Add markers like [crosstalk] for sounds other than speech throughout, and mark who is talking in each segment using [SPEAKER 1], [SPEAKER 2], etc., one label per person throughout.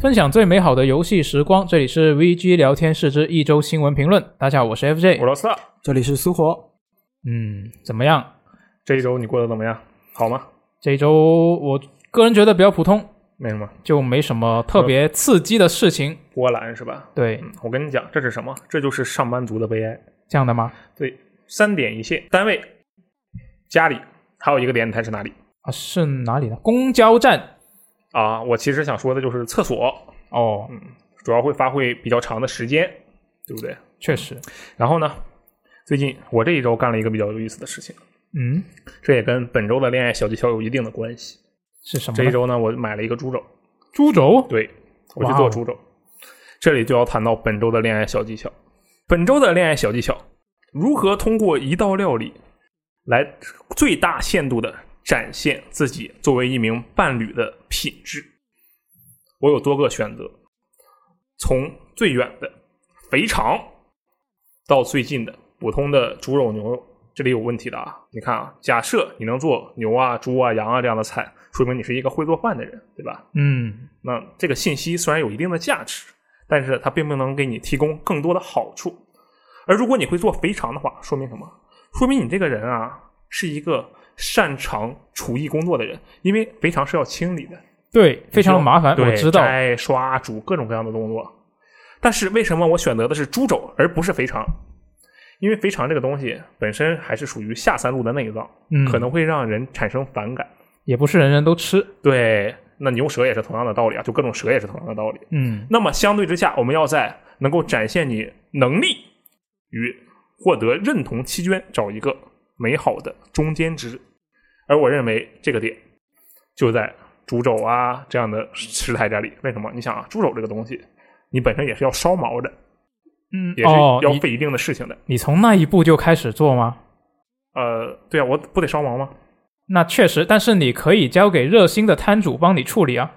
[SPEAKER 1] 分享最美好的游戏时光，这里是 VG 聊天室之一周新闻评论。大家好，我是 FJ
[SPEAKER 2] 我。罗斯特，
[SPEAKER 3] 这里是苏活，
[SPEAKER 1] 嗯，怎么样？
[SPEAKER 2] 这一周你过得怎么样？好吗？
[SPEAKER 1] 这一周我个人觉得比较普通，
[SPEAKER 2] 没什么，
[SPEAKER 1] 就没什么特别刺激的事情。
[SPEAKER 2] 波兰是吧？
[SPEAKER 1] 对，
[SPEAKER 2] 嗯我跟你讲，这是什么？这就是上班族的悲哀。
[SPEAKER 1] 这样的吗？
[SPEAKER 2] 对，三点一线：单位、家里，还有一个点，你猜是哪里？
[SPEAKER 1] 啊，是哪里呢？公交站。
[SPEAKER 2] 啊，我其实想说的就是厕所，
[SPEAKER 1] 哦，
[SPEAKER 2] 嗯主要会花费比较长的时间，对不对？
[SPEAKER 1] 确实。
[SPEAKER 2] 然后呢，最近我这一周干了一个比较有意思的事情，
[SPEAKER 1] 嗯，
[SPEAKER 2] 这也跟本周的恋爱小技巧有一定的关系。
[SPEAKER 1] 是什么
[SPEAKER 2] 这
[SPEAKER 1] 呢？
[SPEAKER 2] 一周呢，我买了一个猪肘，
[SPEAKER 1] 猪肘。
[SPEAKER 2] 对，我去
[SPEAKER 1] 哇哦
[SPEAKER 2] 做猪肘。这里就要谈到本周的恋爱小技巧。本周的恋爱小技巧，如何通过一道料理来最大限度的展现自己作为一名伴侣的品质？我有多个选择，从最远的肥肠到最近的普通的猪肉、牛肉，这里有问题的啊！你看啊，假设你能做牛啊、猪啊、羊啊这样的菜，说明你是一个会做饭的人，对吧？
[SPEAKER 1] 嗯，
[SPEAKER 2] 那这个信息虽然有一定的价值，但是它并不能给你提供更多的好处。而如果你会做肥肠的话，说明什么？说明你这个人啊是一个擅长厨艺工作的人，因为肥肠是要清理的，
[SPEAKER 1] 对，非常麻烦，
[SPEAKER 2] 对
[SPEAKER 1] 我知道。
[SPEAKER 2] 摘、刷、煮各种各样的动作。但是为什么我选择的是猪肘而不是肥肠？因为肥肠这个东西本身还是属于下三路的内脏，
[SPEAKER 1] 嗯，
[SPEAKER 2] 可能会让人产生反感。
[SPEAKER 1] 也不是人人都吃。
[SPEAKER 2] 对，那牛舌也是同样的道理啊，就各种舌也是同样的道理。
[SPEAKER 1] 嗯，
[SPEAKER 2] 那么相对之下，我们要在能够展现你能力与获得认同期间找一个美好的中间值。而我认为这个点就在猪肘啊这样的食材这里。为什么？你想啊，猪肘这个东西，你本身也是要烧毛的，
[SPEAKER 1] 嗯
[SPEAKER 2] 也是
[SPEAKER 1] 哦，
[SPEAKER 2] 要
[SPEAKER 1] 你
[SPEAKER 2] 费一定的事情的。
[SPEAKER 1] 你从那一步就开始做吗？
[SPEAKER 2] 呃，对啊，我不得烧毛吗？
[SPEAKER 1] 那确实，但是你可以交给热心的摊主帮你处理啊。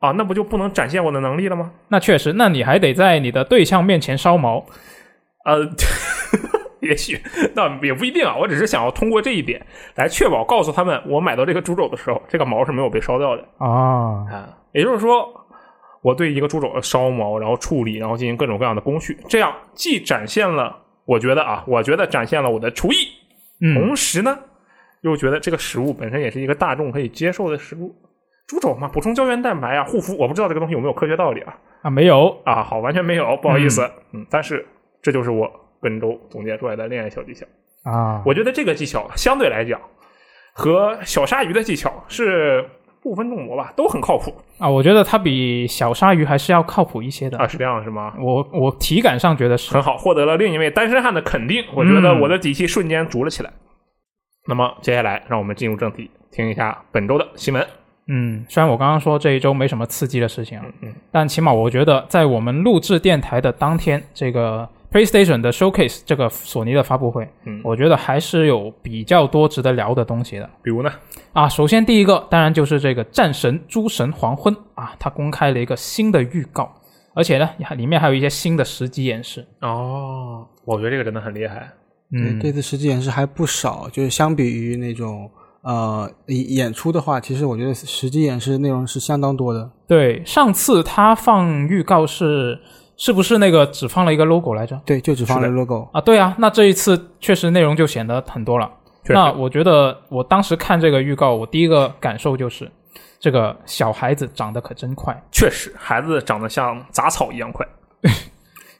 [SPEAKER 2] 啊，那不就不能展现我的能力了吗？
[SPEAKER 1] 那确实，那你还得在你的对象面前烧毛。
[SPEAKER 2] 呃， [laughs] 也许那也不一定啊。我只是想要通过这一点来确保告诉他们，我买到这个猪肘的时候，这个毛是没有被烧掉的
[SPEAKER 1] 啊，
[SPEAKER 2] 啊。也就是说，我对一个猪肘烧毛，然后处理，然后进行各种各样的工序，这样既展现了我觉得啊，我觉得展现了我的厨艺，
[SPEAKER 1] 嗯，
[SPEAKER 2] 同时呢，又觉得这个食物本身也是一个大众可以接受的食物。猪肘嘛，补充胶原蛋白啊，护肤。我不知道这个东西有没有科学道理啊。
[SPEAKER 1] 啊，没有，
[SPEAKER 2] 啊，好，完全没有，不好意思，嗯，但是这就是我本周总结出来的恋爱小技巧。
[SPEAKER 1] 啊，
[SPEAKER 2] 我觉得这个技巧相对来讲和小鲨鱼的技巧是不分众魔吧，都很靠谱
[SPEAKER 1] 啊，我觉得它比小鲨鱼还是要靠谱一些的。
[SPEAKER 2] 啊，是啊这样是吗？
[SPEAKER 1] 我我体感上觉得是，
[SPEAKER 2] 很好，获得了另一位单身汉的肯定，我觉得
[SPEAKER 1] 嗯
[SPEAKER 2] 我的底气瞬间足了起来。那么接下来，让我们进入正题，听一下本周的新闻。
[SPEAKER 1] 嗯，虽然我刚刚说这一周没什么刺激的事情啊，
[SPEAKER 2] 嗯
[SPEAKER 1] 但起码我觉得在我们录制电台的当天，这个 PlayStation 的 Showcase 这个索尼的发布会，
[SPEAKER 2] 嗯
[SPEAKER 1] 我觉得还是有比较多值得聊的东西的。
[SPEAKER 2] 比如呢，
[SPEAKER 1] 啊，首先第一个当然就是这个《战神：诸神黄昏》啊，它公开了一个新的预告，而且呢，里面还有一些新的实际演示。
[SPEAKER 2] 哦，我觉得这个真的很厉害，
[SPEAKER 1] 嗯，
[SPEAKER 3] 对，这次实际演示还不少，就是相比于那种呃演演出的话，其实我觉得实际演示内容是相当多的。
[SPEAKER 1] 对，上次它放预告是是不是那个只放了一个 logo 来着？
[SPEAKER 3] 对，就只放了
[SPEAKER 2] 是
[SPEAKER 3] logo。
[SPEAKER 1] 啊，对啊，那这一次确实内容就显得很多了。
[SPEAKER 2] 确实
[SPEAKER 1] 那我觉得我当时看这个预告，我第一个感受就是，这个小孩子长得可真快。
[SPEAKER 2] 确实，孩子长得像杂草一样快。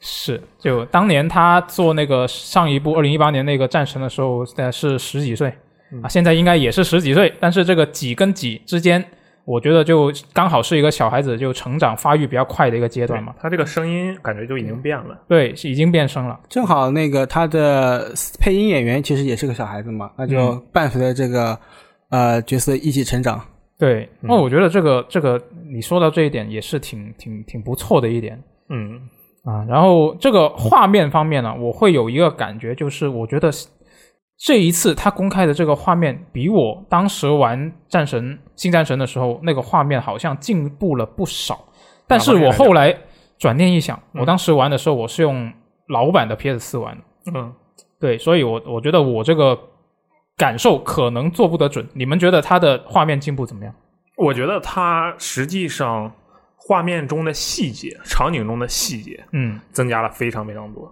[SPEAKER 1] 是，就当年他做那个上一部二零一八年那个战神的时候，呃，是十几岁啊，现在应该也是十几岁，但是这个几跟几之间，我觉得就刚好是一个小孩子就成长发育比较快的一个阶段嘛。
[SPEAKER 2] 他这个声音感觉就已经变了。
[SPEAKER 1] 对，是已经变声了。
[SPEAKER 3] 正好那个他的配音演员其实也是个小孩子嘛，那就
[SPEAKER 2] 嗯
[SPEAKER 3] 伴随着这个、呃角色一起成长。
[SPEAKER 1] 对，那、我觉得这个这个你说到这一点也是挺挺挺不错的一点
[SPEAKER 2] 嗯，
[SPEAKER 1] 啊。然后这个画面方面呢，我会有一个感觉，就是我觉得这一次他公开的这个画面，比我当时玩战神新战神的时候那个画面好像进步了不少。但是我后来嗯转念一想，我当时玩的时候我是用老版的 PS 四玩的，
[SPEAKER 2] 嗯，
[SPEAKER 1] 对，所以我我觉得我这个感受可能做不得准。你们觉得它的画面进步怎么样？
[SPEAKER 2] 我觉得它实际上画面中的细节、场景中的细节
[SPEAKER 1] 嗯
[SPEAKER 2] 增加了非常非常多，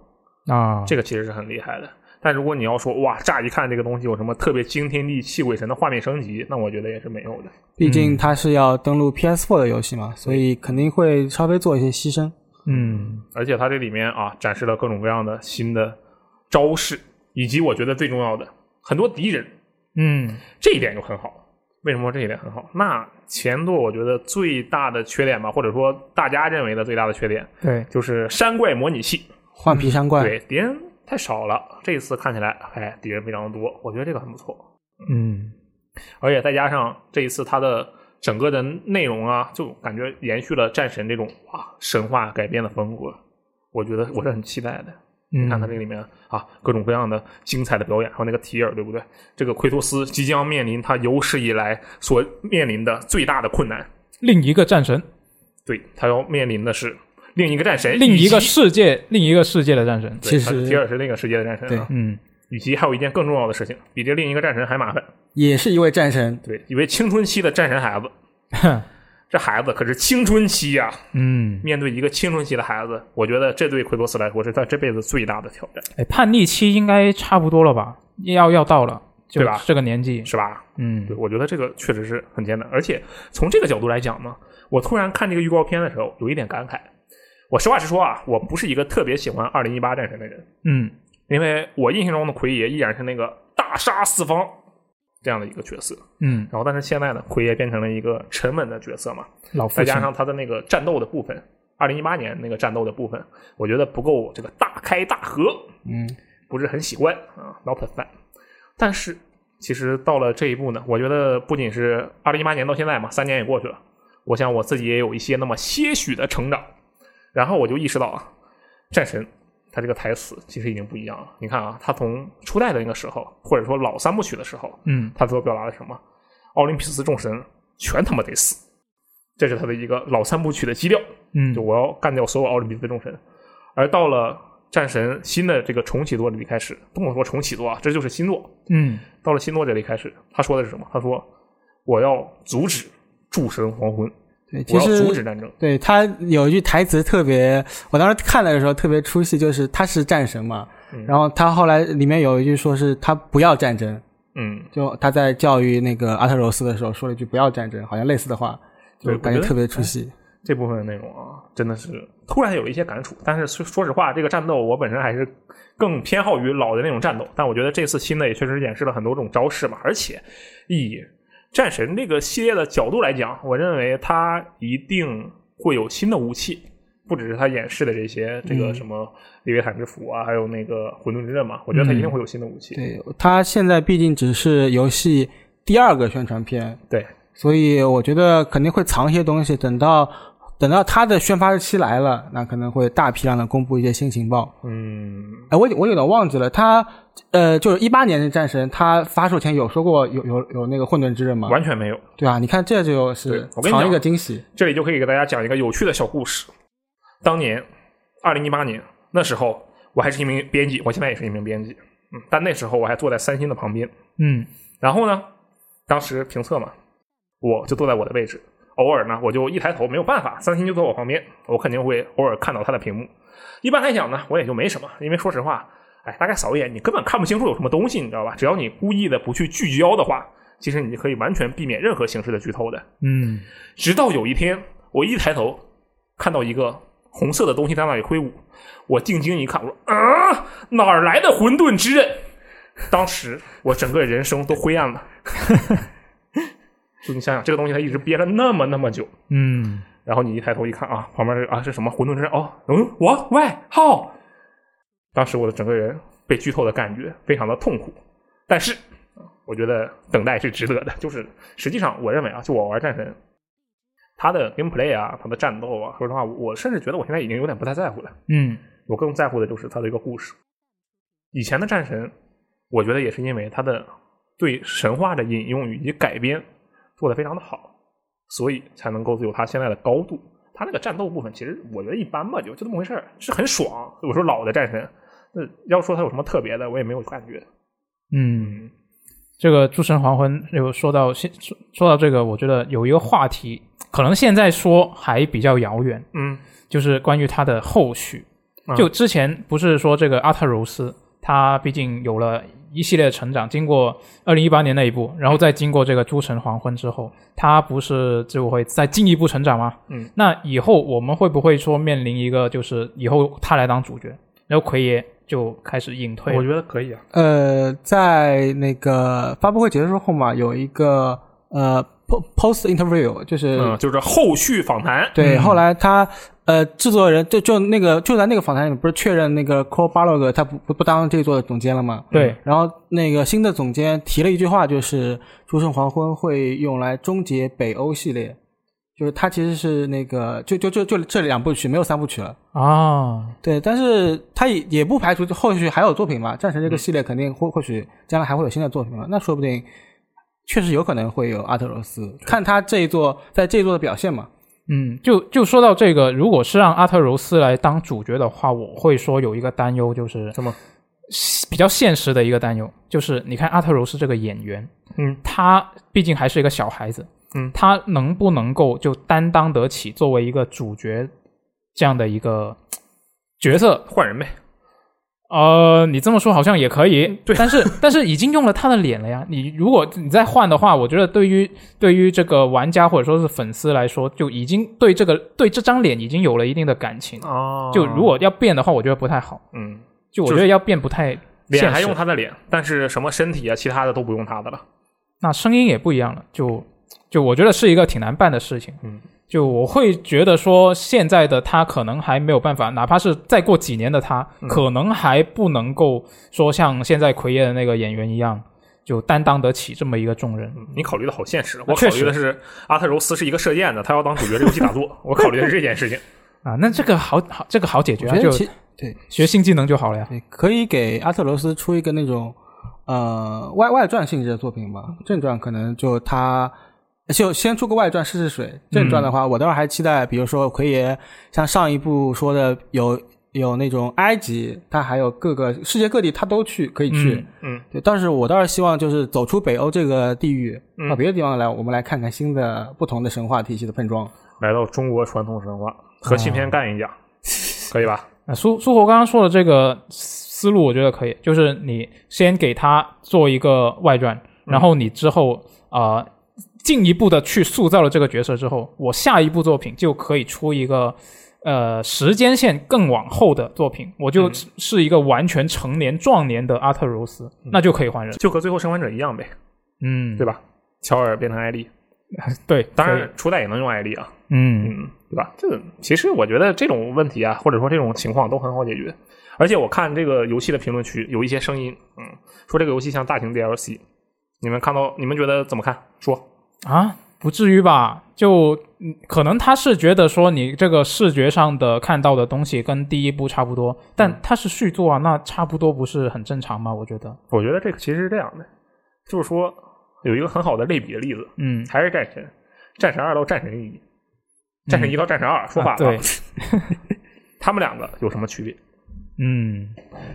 [SPEAKER 1] 啊，
[SPEAKER 2] 这个其实是很厉害的。但如果你要说哇，乍一看这个东西有什么特别惊天地泣鬼神的画面升级，那我觉得也是没有的。
[SPEAKER 3] 毕
[SPEAKER 2] 嗯
[SPEAKER 3] 竟它是要登录 PS4 的游戏嘛，所以肯定会稍微做一些牺牲。
[SPEAKER 1] 嗯
[SPEAKER 2] 而且它这里面啊展示了各种各样的新的招式，以及我觉得最重要的很多敌人，
[SPEAKER 1] 嗯
[SPEAKER 2] 这一点就很好。为什么说这一点很好？那前作我觉得最大的缺点吧，或者说大家认为的最大的缺点，
[SPEAKER 1] 对，
[SPEAKER 2] 就是山怪模拟器，
[SPEAKER 3] 换皮山怪，
[SPEAKER 2] 嗯对敌人太少了。这次看起来，哎，敌人非常多，我觉得这个很不错。
[SPEAKER 1] 嗯
[SPEAKER 2] 而且再加上这一次它的整个的内容啊，就感觉延续了战神这种哇神话改编的风格，我觉得我是很期待的。
[SPEAKER 1] 嗯，
[SPEAKER 2] 你看他这里面啊，各种各样的精彩的表演，还有那个提尔，对不对？这个奎托斯即将面临他有史以来所面临的最大的困难，
[SPEAKER 1] 另一个战神，
[SPEAKER 2] 对他要面临的是另一个战神，
[SPEAKER 1] 另一个
[SPEAKER 2] 以及
[SPEAKER 1] 世界，另一个世界的战神。
[SPEAKER 2] 对
[SPEAKER 3] 其
[SPEAKER 2] 他
[SPEAKER 3] 实
[SPEAKER 2] 提尔是那个世界的战神啊，
[SPEAKER 1] 嗯
[SPEAKER 2] 以及还有一件更重要的事情，比这另一个战神还麻烦，
[SPEAKER 3] 也是一位战神。
[SPEAKER 2] 对，一位青春期的战神孩子，
[SPEAKER 1] 哼
[SPEAKER 2] 这孩子可是青春期呀、
[SPEAKER 1] 嗯，
[SPEAKER 2] 面对一个青春期的孩子，我觉得这对奎托斯来说是他这辈子最大的挑战，
[SPEAKER 1] 哎，叛逆期应该差不多了吧？要要到了，就
[SPEAKER 2] 对吧
[SPEAKER 1] 这个年纪，
[SPEAKER 2] 是吧？
[SPEAKER 1] 嗯
[SPEAKER 2] 对，我觉得这个确实是很艰难，而且从这个角度来讲呢，我突然看这个预告片的时候有一点感慨。我实话实说啊，我不是一个特别喜欢二零一八战神的人，
[SPEAKER 1] 嗯
[SPEAKER 2] 因为我印象中的奎爷依然是那个大杀四方这样的一个角色，
[SPEAKER 1] 嗯，
[SPEAKER 2] 然后但是现在呢，奎爷变成了一个沉稳的角色嘛，
[SPEAKER 1] 老父
[SPEAKER 2] 再
[SPEAKER 1] 亲
[SPEAKER 2] 加，上他的那个战斗的部分，二零一八年那个战斗的部分，我觉得不够这个大开大合，
[SPEAKER 3] 嗯，
[SPEAKER 2] 不是很喜欢啊，not a fan。但是其实到了这一步呢，我觉得不仅是二零一八年到现在嘛，三年也过去了，我想我自己也有一些那么些许的成长。然后我就意识到啊，战神他这个台词其实已经不一样了。你看啊，他从初代的那个时候，或者说老三部曲的时候，
[SPEAKER 1] 嗯
[SPEAKER 2] 他所表达的什么？奥林匹斯众神全他妈得死，这是他的一个老三部曲的基调。
[SPEAKER 1] 嗯
[SPEAKER 2] 就我要干掉所有奥林匹斯众神。而到了战神新的这个重启作里开始，不能说重启作啊，这就是新作。
[SPEAKER 1] 嗯
[SPEAKER 2] 到了新作这里开始，他说的是什么？他说我要阻止诸神黄昏，
[SPEAKER 3] 对，其
[SPEAKER 2] 我要阻止
[SPEAKER 3] 实
[SPEAKER 2] 战争。
[SPEAKER 3] 对他有一句台词特别，我当时看的时候特别出戏，就是他是战神嘛，然后他后来里面有一句说是他不要战争，
[SPEAKER 2] 嗯，
[SPEAKER 3] 就他在教育那个阿特柔斯的时候说了一句不要战争，好像类似的话，
[SPEAKER 2] 对
[SPEAKER 3] 就感
[SPEAKER 2] 我觉
[SPEAKER 3] 觉
[SPEAKER 2] 得
[SPEAKER 3] 特别出戏。
[SPEAKER 2] 这部分的内容啊，真的是突然有一些感触。但是说说实话，这个战斗我本身还是更偏好于老的那种战斗。但我觉得这次新的也确实演示了很多种招式嘛，而且以战神这个系列的角度来讲，我认为它一定会有新的武器。不只是它演示的这些，这个什么利维坦之斧啊，还有那个混沌之刃嘛，我觉得它一定会有新的武器。
[SPEAKER 3] 对他现在毕竟只是游戏第二个宣传片，
[SPEAKER 2] 对，
[SPEAKER 3] 所以我觉得肯定会藏一些东西，等到等到它的宣发日期来了，那可能会大批量的公布一些新情报。
[SPEAKER 2] 嗯，
[SPEAKER 3] 哎，我有我有点忘记了，它呃，就是一八年的战神，它发售前有说过有有有那个混沌之刃吗？
[SPEAKER 2] 完全没有。
[SPEAKER 3] 对啊，你看这就
[SPEAKER 2] 对
[SPEAKER 3] 是
[SPEAKER 2] 我跟你
[SPEAKER 3] 藏
[SPEAKER 2] 讲
[SPEAKER 3] 一个惊喜。
[SPEAKER 2] 这里就可以给大家讲一个有趣的小故事。当年，二零一八年那时候，我还是一名编辑，我现在也是一名编辑，嗯，但那时候我还坐在三星的旁边。
[SPEAKER 1] 嗯
[SPEAKER 2] 然后呢，当时评测嘛，我就坐在我的位置，偶尔呢，我就一抬头，没有办法，三星就坐我旁边，我肯定会偶尔看到它的屏幕。一般来讲呢，我也就没什么，因为说实话，哎，大概扫一眼，你根本看不清楚有什么东西，你知道吧？只要你故意的不去聚焦的话，其实你可以完全避免任何形式的剧透的。
[SPEAKER 1] 嗯
[SPEAKER 2] 直到有一天，我一抬头看到一个红色的东西在那里挥舞，我定睛一看，我说啊，哪儿来的混沌之刃？当时我整个人生都灰暗了。 [laughs] 就你想想，这个东西它一直憋了那么那么久，
[SPEAKER 1] 嗯
[SPEAKER 2] 然后你一抬头一看啊，旁边是啊是什么混沌之刃？哦，嗯，what why how？当时我的整个人被剧透的感觉非常的痛苦，但是我觉得等待是值得的。就是实际上，我认为啊，就我玩战神，他的 gameplay 啊，他的战斗啊，说实话，我甚至觉得我现在已经有点不太在乎了。
[SPEAKER 1] 嗯
[SPEAKER 2] 我更在乎的就是他的一个故事。以前的战神，我觉得也是因为他的对神话的引用以及改编做得非常的好，所以才能够有他现在的高度。他那个战斗部分，其实我觉得一般吧，就就这么回事儿，是很爽。我说老的战神，那要说他有什么特别的，我也没有感觉。
[SPEAKER 1] 嗯，这个《诸神黄昏》有说到说说到这个，我觉得有一个话题可能现在说还比较遥远，
[SPEAKER 2] 嗯，
[SPEAKER 1] 就是关于它的后续。
[SPEAKER 2] 啊
[SPEAKER 1] 就之前不是说这个阿特柔斯，他毕竟有了一系列的成长，经过二零一八年那一部，然后再经过这个《诸神黄昏》之后，他不是就会再进一步成长吗？
[SPEAKER 2] 嗯，
[SPEAKER 1] 那以后我们会不会说面临一个就是以后他来当主角，然后奎爷就开始隐退
[SPEAKER 2] 我
[SPEAKER 1] 了？
[SPEAKER 2] 觉得可以啊。
[SPEAKER 3] 呃，在那个发布会结束后嘛，有一个呃 po- post interview，就是、
[SPEAKER 2] 嗯，就是后续访谈，
[SPEAKER 3] 对，
[SPEAKER 1] 嗯
[SPEAKER 3] 后来他呃制作人就就那个就在那个访谈里面不是确认那个 Core Barlog 他不不不当这座总监了吗？
[SPEAKER 1] 对，
[SPEAKER 3] 然后那个新的总监提了一句话，就是《诸神黄昏》会用来终结北欧系列，就是他其实是那个就就就就这两部曲没有三部曲了。
[SPEAKER 2] 嗯
[SPEAKER 1] 啊，
[SPEAKER 3] 对，但是他也也不排除后续还有作品嘛，战神这个系列肯定或或许将来还会有新的作品嘛，那说不定确实有可能会有阿特柔斯，看他这一座在这一座的表现嘛。
[SPEAKER 1] 嗯，就就说到这个，如果是让阿特柔斯来当主角的话，我会说有一个担忧，就是
[SPEAKER 2] 什么？
[SPEAKER 1] 比较现实的一个担忧，就是你看阿特柔斯这个演员，
[SPEAKER 2] 嗯，
[SPEAKER 1] 他毕竟还是一个小孩子，
[SPEAKER 2] 嗯
[SPEAKER 1] 他能不能够就担当得起作为一个主角这样的一个嘖角色？
[SPEAKER 2] 换人呗。
[SPEAKER 1] 呃，你这么说好像也可以，
[SPEAKER 2] 嗯对
[SPEAKER 1] 但
[SPEAKER 2] [laughs]
[SPEAKER 1] 是但是已经用了他的脸了呀。你如果你再换的话，我觉得对于对于这个玩家或者说是粉丝来说，就已经对这个对这张脸已经有了一定的感情。
[SPEAKER 2] 哦
[SPEAKER 1] 就如果要变的话，我觉得不太好。
[SPEAKER 2] 嗯，
[SPEAKER 1] 就我
[SPEAKER 2] 就
[SPEAKER 1] 觉得要变不太现实。
[SPEAKER 2] 脸还用他的脸，但是什么身体啊，其他的都不用他的了。
[SPEAKER 1] 那声音也不一样了，就就我觉得是一个挺难办的事情。
[SPEAKER 2] 嗯，
[SPEAKER 1] 就我会觉得说，现在的他可能还没有办法，哪怕是再过几年的他，
[SPEAKER 3] 嗯
[SPEAKER 1] 可能还不能够说像现在奎爷的那个演员一样，就担当得起这么一个重任。
[SPEAKER 2] 嗯你考虑的好现实，
[SPEAKER 1] 那
[SPEAKER 2] 我考
[SPEAKER 1] 确
[SPEAKER 2] 虑的是阿特柔斯是一个射箭的，他要当主角这游戏咋 [laughs] 做？我考虑的是这件事情。
[SPEAKER 1] 啊，那这个好好，这个好解决
[SPEAKER 3] 我
[SPEAKER 1] 啊，
[SPEAKER 3] 觉得
[SPEAKER 1] 就
[SPEAKER 3] 其
[SPEAKER 1] 学新技能就好了呀。
[SPEAKER 3] 对哎可以给阿特柔斯出一个那种呃外外传性质的作品吧，正传可能就他。就先出个外传试试水，正传的话，我倒是还期待，比如说奎爷，像上一部说的有有那种埃及，他还有各个世界各地他都去可以去，
[SPEAKER 1] 嗯
[SPEAKER 2] 嗯，
[SPEAKER 3] 对，但是我倒是希望就是走出北欧这个地域，
[SPEAKER 2] 嗯
[SPEAKER 3] 到别的地方来，我们来看看新的不同的神话体系的碰撞。
[SPEAKER 2] 来到中国传统神话和新片干一 [laughs] 架，可以吧？
[SPEAKER 1] 啊，苏苏活刚刚说的这个思路，我觉得可以，就是你先给他做一个外传，
[SPEAKER 2] 嗯
[SPEAKER 1] 然后你之后啊、呃进一步的去塑造了这个角色之后，我下一部作品就可以出一个呃时间线更往后的作品，我就
[SPEAKER 2] 嗯
[SPEAKER 1] 是一个完全成年壮年的阿特柔斯，那就可以换人。
[SPEAKER 2] 就和最后生还者一样呗，
[SPEAKER 1] 嗯，
[SPEAKER 2] 嗯对吧？乔尔变成艾丽，
[SPEAKER 1] 对，
[SPEAKER 2] 当
[SPEAKER 1] 可以
[SPEAKER 2] 然，初代也能用艾丽啊，
[SPEAKER 1] 嗯
[SPEAKER 2] 嗯，对吧？这个其实我觉得这种问题啊，或者说这种情况都很好解决。而且我看这个游戏的评论区有一些声音，嗯，说这个游戏像大型 DLC，你们看到你们觉得怎么看？说，
[SPEAKER 1] 啊，不至于吧？就嗯可能他是觉得说你这个视觉上的看到的东西跟第一部差不多，
[SPEAKER 2] 嗯
[SPEAKER 1] 但它是续作啊，那差不多不是很正常吗？我觉得，
[SPEAKER 2] 我觉得这个其实是这样的，就是说有一个很好的类比的例子，
[SPEAKER 1] 嗯，
[SPEAKER 2] 还是战神，战神二到战神一，战神一到战神二，说
[SPEAKER 1] 啊
[SPEAKER 2] 反了，
[SPEAKER 1] 对，
[SPEAKER 2] [laughs] 他们两个有什么区别？
[SPEAKER 1] 嗯，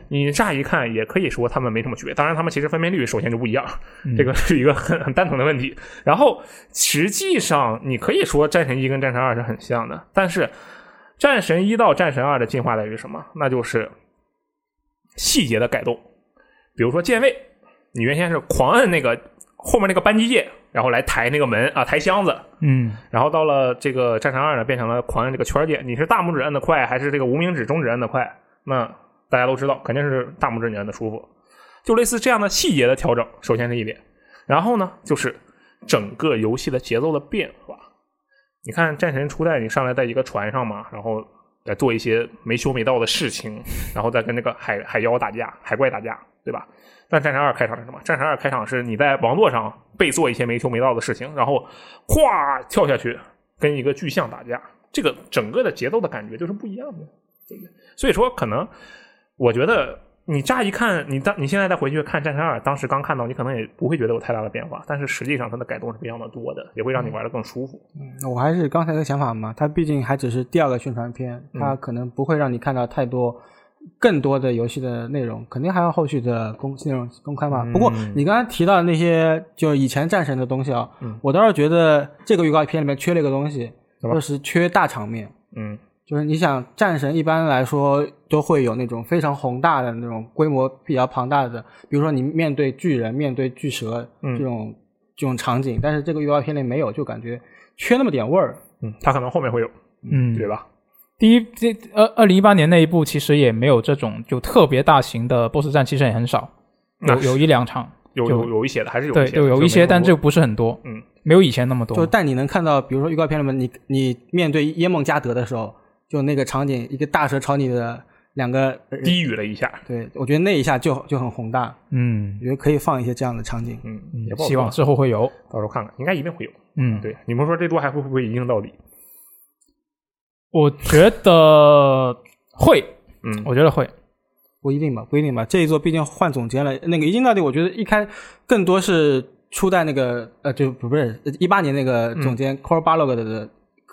[SPEAKER 2] 你乍一看也可以说他们没什么区别，当然他们其实分辨率首先就不一样，
[SPEAKER 1] 嗯
[SPEAKER 2] 这个是一个很很蛋疼的问题。然后实际上你可以说战神一跟战神二是很像的，但是战神一到战神二的进化在于什么？那就是细节的改动，比如说键位，你原先是狂摁那个后面那个扳机键，然后来抬那个门啊，抬箱子，
[SPEAKER 1] 嗯
[SPEAKER 2] 然后到了这个战神二呢，变成了狂按这个圈儿键，你是大拇指摁的快，还是这个无名指、中指摁的快？那大家都知道，肯定是大拇指你摁的舒服。就类似这样的细节的调整，首先是一点，然后呢，就是整个游戏的节奏的变化。你看战神初代，你上来在一个船上嘛，然后来做一些没羞没臊的事情，然后再跟那个海海妖打架、海怪打架，对吧？但战神二开场是什么？战神二开场是你在王座上被做一些没羞没臊的事情，然后咵跳下去跟一个巨象打架，这个整个的节奏的感觉就是不一样的，对不对？所以说，可能我觉得你乍一看，你当你现在再回去看战神二，当时刚看到，你可能也不会觉得有太大的变化，但是实际上它的改动是非常的多的，也会让你玩的更舒服。
[SPEAKER 3] 嗯我还是
[SPEAKER 2] 嗯
[SPEAKER 3] 刚才的想法嘛，它毕竟还只是第二个宣传片，它可能不会让你看到太多更多的游戏的内容，肯定还有后续的公内容公开嘛。
[SPEAKER 2] 嗯
[SPEAKER 3] 不过你刚才提到的那些就以前战神的东西啊，
[SPEAKER 2] 嗯
[SPEAKER 3] 我倒是觉得这个预告片里面缺了一个东西，
[SPEAKER 2] 什么
[SPEAKER 3] 就是缺大场面。
[SPEAKER 2] 嗯
[SPEAKER 3] 就是你想战神一般来说都会有那种非常宏大的那种规模比较庞大的，比如说你面对巨人、面对巨蛇
[SPEAKER 2] 嗯
[SPEAKER 3] 这种、这种场景，但是这个预告片里没有，就感觉缺那么点味儿。
[SPEAKER 2] 嗯，他可能后面会有，
[SPEAKER 1] 嗯，
[SPEAKER 2] 对吧？
[SPEAKER 1] 第一，这二二零一八年那一部其实也没有这种就特别大型的 BOSS 战，其实也很少，有
[SPEAKER 2] 那
[SPEAKER 1] 有一两场，
[SPEAKER 2] 有
[SPEAKER 1] 就
[SPEAKER 2] 有有一些的，还是有
[SPEAKER 1] 对，
[SPEAKER 2] 一些的，
[SPEAKER 1] 就有一些，但
[SPEAKER 2] 就
[SPEAKER 1] 就不是很多，
[SPEAKER 2] 嗯，
[SPEAKER 1] 没有以前那么
[SPEAKER 3] 就
[SPEAKER 1] 多。
[SPEAKER 3] 但你能看到，比如说预告片里面你，你面对耶梦加德的时候，就那个场景，一个大蛇朝你的两个
[SPEAKER 2] 没有低语了一下，
[SPEAKER 3] 对我觉得那一下就就很宏大，
[SPEAKER 1] 嗯
[SPEAKER 3] 我，觉得可以放一些这样的场景。
[SPEAKER 2] 嗯，
[SPEAKER 1] 嗯
[SPEAKER 2] 也不好说
[SPEAKER 1] 希望之后会有。
[SPEAKER 2] 到时候看看，应该一定会有。
[SPEAKER 1] 嗯，
[SPEAKER 2] 对，你们说这多还会不会一定到底？
[SPEAKER 1] 我觉得会，
[SPEAKER 2] 嗯，
[SPEAKER 1] 我觉得会。
[SPEAKER 3] 不一定吧，不一定吧。这一座毕竟换总监了，那个一镜到底，我觉得一开更多是初代那个呃，就不不是一八年那个
[SPEAKER 2] 嗯
[SPEAKER 3] 总监 Core Balog 的的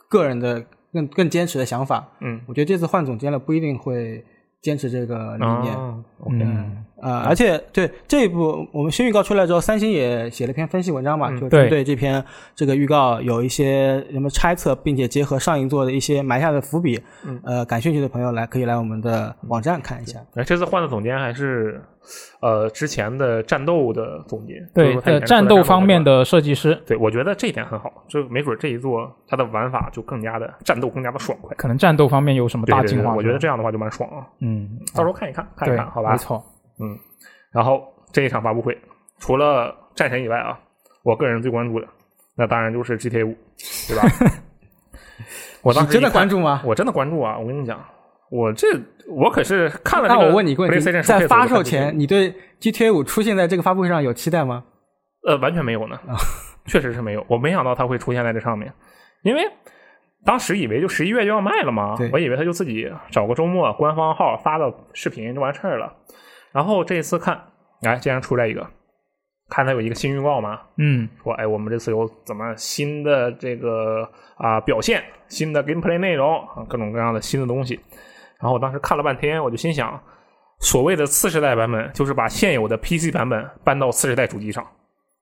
[SPEAKER 3] 个人的更更坚持的想法。
[SPEAKER 2] 嗯，
[SPEAKER 3] 我觉得这次换总监了，不一定会坚持这个理
[SPEAKER 1] 哦
[SPEAKER 3] 念。
[SPEAKER 2] 啊
[SPEAKER 1] 嗯，
[SPEAKER 3] 呃，而且对这一部我们新预告出来之后，三星也写了篇分析文章嘛，
[SPEAKER 2] 嗯
[SPEAKER 3] 就
[SPEAKER 1] 对
[SPEAKER 3] 针对这篇这个预告有一些什么猜测，并且结合上一座的一些埋下的伏笔，
[SPEAKER 2] 嗯
[SPEAKER 3] 呃，感兴趣的朋友来可以来我们的网站看一下。
[SPEAKER 2] 哎，这次换的总监还是呃之前的战斗的总监，就
[SPEAKER 1] 对，
[SPEAKER 2] 是说他
[SPEAKER 1] 在
[SPEAKER 2] 以前负责
[SPEAKER 1] 战斗方面
[SPEAKER 2] 的
[SPEAKER 1] 的设计师，
[SPEAKER 2] 管，对我觉得这一点很好，就没准这一座它的玩法就更加的战斗更加的爽快，
[SPEAKER 1] 可能战斗方面有什么
[SPEAKER 2] 对对
[SPEAKER 1] 大
[SPEAKER 2] 对
[SPEAKER 1] 进化？
[SPEAKER 2] 我觉得，这样的话就蛮爽啊，
[SPEAKER 1] 嗯，
[SPEAKER 2] 到时候看一看，看一
[SPEAKER 1] 对，
[SPEAKER 2] 看，好吧
[SPEAKER 1] 没？错，
[SPEAKER 2] 然后这一场发布会，除了战神以外啊，我个人最关注的那当然就是 GTA 五，对吧？
[SPEAKER 1] [laughs]
[SPEAKER 2] 我当
[SPEAKER 3] 你
[SPEAKER 2] 时
[SPEAKER 3] 真的
[SPEAKER 2] 一看
[SPEAKER 3] 关注吗？
[SPEAKER 2] 我真的关注啊！我跟你讲，我这我可是看了、
[SPEAKER 3] 那
[SPEAKER 2] 这个。
[SPEAKER 3] 我问你一个问题，在发售前，
[SPEAKER 2] 你
[SPEAKER 3] 你对 GTA 五出现在这个发布会上有期待吗？
[SPEAKER 2] 呃完全没有呢，
[SPEAKER 3] 啊
[SPEAKER 2] 确实是没有。我没想到它会出现在这上面，因为当时以为就十一月就要卖了嘛
[SPEAKER 3] 对，
[SPEAKER 2] 我以为他就自己找个周末官方号发个视频就完事儿了。然后这一次看，哎，竟然出来一个，看它有一个新预告嘛，
[SPEAKER 1] 嗯，
[SPEAKER 2] 说，哎，我们这次有怎么新的这个啊、表现，新的 gameplay 内容啊，各种各样的新的东西。然后我当时看了半天，我就心想，所谓的次世代版本，就是把现有的 PC 版本搬到次世代主机上，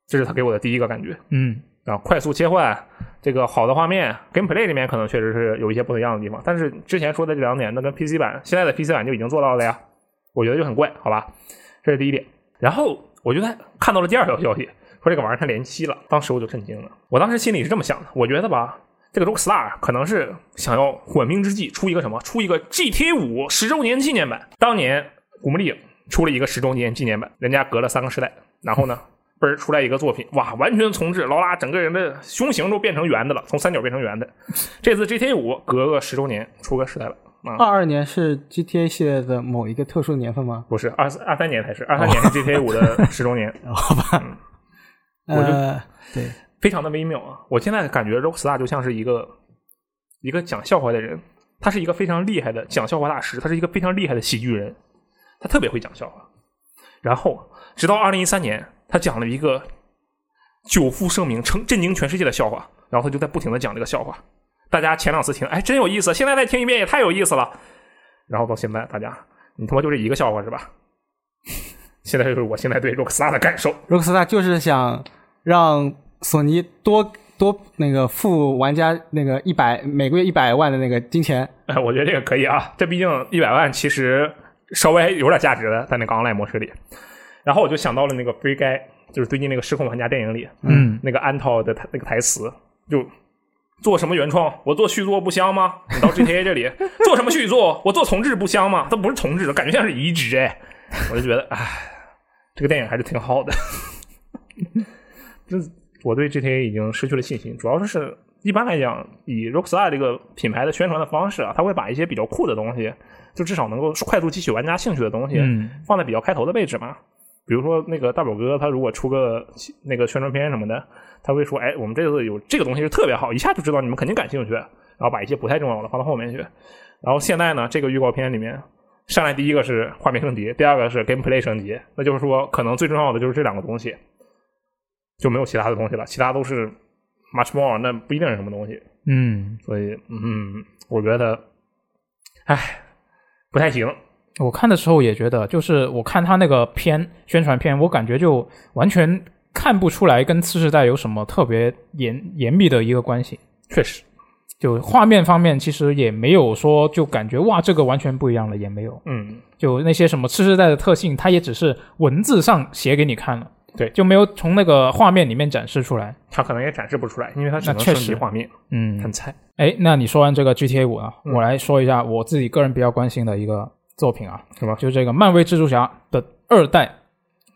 [SPEAKER 2] 这是他给我的第一个感觉
[SPEAKER 1] 嗯，
[SPEAKER 2] 啊，快速切换，这个好的画面，gameplay 里面可能确实是有一些不一样的地方，但是之前说的这两点，那跟 PC 版现在的 PC 版就已经做到了呀，我觉得就很怪，好吧，这是第一点。然后我就在看到了第二条消息，说这个玩意儿它延期了，当时我就震惊了。我当时心里是这么想的，我觉得吧，这个 Rockstar 可能是想要缓兵之计，出一个什么，出一个 GTA 五十周年纪念版。当年《古墓丽影》出了一个十周年纪念版，人家隔了三个时代，然后呢？嘣儿出来一个作品，哇，完全重置劳拉整个人的胸型都变成圆的了，从三角变成圆的。这次 GTA 五隔个十周年出个时代版啊，
[SPEAKER 3] 二二年是 GTA 系列的某一个特殊的年份吗？
[SPEAKER 2] 不是二二三年才是，二三年是 GTA 五的十周年，
[SPEAKER 3] [laughs]
[SPEAKER 2] 嗯
[SPEAKER 3] 好吧，
[SPEAKER 2] 我就
[SPEAKER 3] 呃，对，
[SPEAKER 2] 非常的微妙啊！我现在感觉 Rockstar 就像是一个一个讲笑话的人，他是一个非常厉害的讲笑话大师，他是一个非常厉害的喜剧人，他特别会讲笑话。然后，直到二零一三年，他讲了一个久负盛名、成震惊全世界的笑话，然后他就在不停的讲这个笑话。大家前两次听，哎，真有意思，现在再听一遍也太有意思了。然后到现在，大家，你他妈就这一个笑话是吧？ [laughs] 现在就是我现在对 Rockstar 的感受。
[SPEAKER 3] Rockstar 就是想让索尼多多那个付玩家那个一百每个月一百万的那个金钱，
[SPEAKER 2] 哎，我觉得这个可以啊，这毕竟一百万其实稍微有点价值的，在那个 online 模式里。然后我就想到了那个《Free Guy》，就是最近那个《失控玩家》电影里，
[SPEAKER 1] 嗯，
[SPEAKER 2] 那个安涛的台那个台词，就做什么原创，我做续作不香吗？你到 GTA 这里做什么续作，我做重置不香吗？它不是重置，感觉像是移植哎，我就觉得哎，这个电影还是挺好的。就我对 GTA 已经失去了信心，主要是一般来讲，以 Rockstar 这个品牌的宣传的方式啊，它会把一些比较酷的东西，就至少能够快速激起玩家兴趣的东西，
[SPEAKER 1] 嗯
[SPEAKER 2] 放在比较开头的位置嘛。比如说那个大表哥，他如果出个那个宣传片什么的，他会说：“哎，我们这次有这个东西是特别好，一下就知道你们肯定感兴趣。”然后把一些不太重要的放到后面去。然后现在呢，这个预告片里面上来第一个是画面升级，第二个是 gameplay 升级，那就是说可能最重要的就是这两个东西，就没有其他的东西了，其他都是 much more，那不一定是什么东西。
[SPEAKER 1] 嗯，
[SPEAKER 2] 所以，嗯，我觉得，哎，不太行。
[SPEAKER 1] 我看的时候也觉得，就是我看他那个片宣传片，我感觉就完全看不出来跟次世代有什么特别严严密的一个关系。
[SPEAKER 2] 确实，
[SPEAKER 1] 就画面方面，其实也没有说就感觉哇，这个完全不一样了，也没有。
[SPEAKER 2] 嗯，
[SPEAKER 1] 就那些什么次世代的特性，它也只是文字上写给你看了，
[SPEAKER 2] 对
[SPEAKER 1] 就没有从那个画面里面展示出来。
[SPEAKER 2] 它可能也展示不出来，因为它只
[SPEAKER 1] 那
[SPEAKER 2] 能
[SPEAKER 1] 确
[SPEAKER 2] 瞬
[SPEAKER 1] 实
[SPEAKER 2] 级画面，
[SPEAKER 1] 嗯
[SPEAKER 2] 很，菜。
[SPEAKER 1] 哎，那你说完这个 GTA 五啊，
[SPEAKER 2] 嗯
[SPEAKER 1] 我来说一下我自己个人比较关心的一个作品啊，
[SPEAKER 2] 什么
[SPEAKER 1] 就这个漫威蜘蛛侠的二代，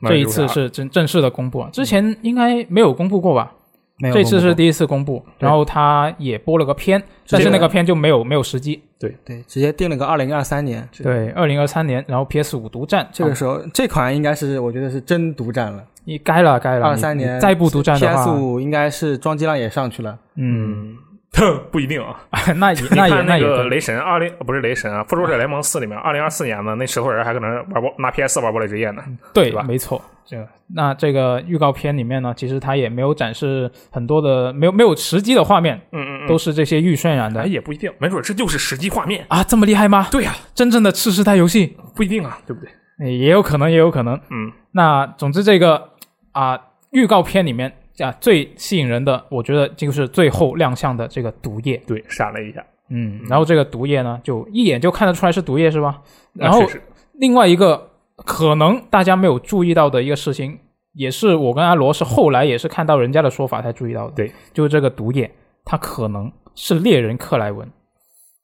[SPEAKER 1] 这一次
[SPEAKER 2] 那就是
[SPEAKER 1] 正正式的公布啊，之前应该没有公布过吧？
[SPEAKER 3] 嗯没有
[SPEAKER 1] 这次
[SPEAKER 3] 公布
[SPEAKER 1] 是第一次公布，然后他也播了个片，但是那个片就没有没有时机。
[SPEAKER 3] 对，直接定了个二零二三年，
[SPEAKER 1] 对，二零二三年，然后 PS 五独占，
[SPEAKER 3] 这个时候、这款应该是我觉得是真独占了。
[SPEAKER 1] 你该了该了，
[SPEAKER 3] 23
[SPEAKER 1] 你
[SPEAKER 3] 年
[SPEAKER 1] 你再不独占的
[SPEAKER 3] PS
[SPEAKER 1] 话，
[SPEAKER 3] 五应该是装机量也上去了，
[SPEAKER 1] 嗯，
[SPEAKER 2] 嗯，哼，不一定啊。
[SPEAKER 1] 那也
[SPEAKER 2] [laughs] 你
[SPEAKER 1] 那也
[SPEAKER 2] 看那
[SPEAKER 1] 也
[SPEAKER 2] 个
[SPEAKER 1] 对
[SPEAKER 2] 雷神二零不是雷神啊，复仇者联盟四里面，二零二四年呢，那石头人还可能玩爆拿 PS 玩《堡垒之夜》呢。
[SPEAKER 1] 对
[SPEAKER 2] 吧
[SPEAKER 1] 没错。这个那这个预告片里面呢，其实它也没有展示很多的，没有没有实际的画面，
[SPEAKER 2] 嗯嗯
[SPEAKER 1] 都是这些预渲染
[SPEAKER 2] 嗯，哎
[SPEAKER 1] 的
[SPEAKER 2] 也不一定，没准这就是实际画面。
[SPEAKER 1] 啊，这么厉害吗？
[SPEAKER 2] 对呀、
[SPEAKER 1] 真正的次世代游戏
[SPEAKER 2] 不一定啊，对不对？
[SPEAKER 1] 也有可能，也有可能。
[SPEAKER 2] 嗯，
[SPEAKER 1] 那总之这个啊，预告片里面啊最吸引人的，我觉得就是最后亮相的这个毒液。
[SPEAKER 2] 对，闪了一下。
[SPEAKER 1] 嗯，然后这个毒液呢，就一眼就看得出来是毒液是吧？
[SPEAKER 2] 那
[SPEAKER 1] 然后
[SPEAKER 2] 确实
[SPEAKER 1] 另外一个可能大家没有注意到的一个事情，也是我跟阿罗是后来也是看到人家的说法才注意到的。
[SPEAKER 2] 对，
[SPEAKER 1] 就是这个毒液，它可能是猎人克莱文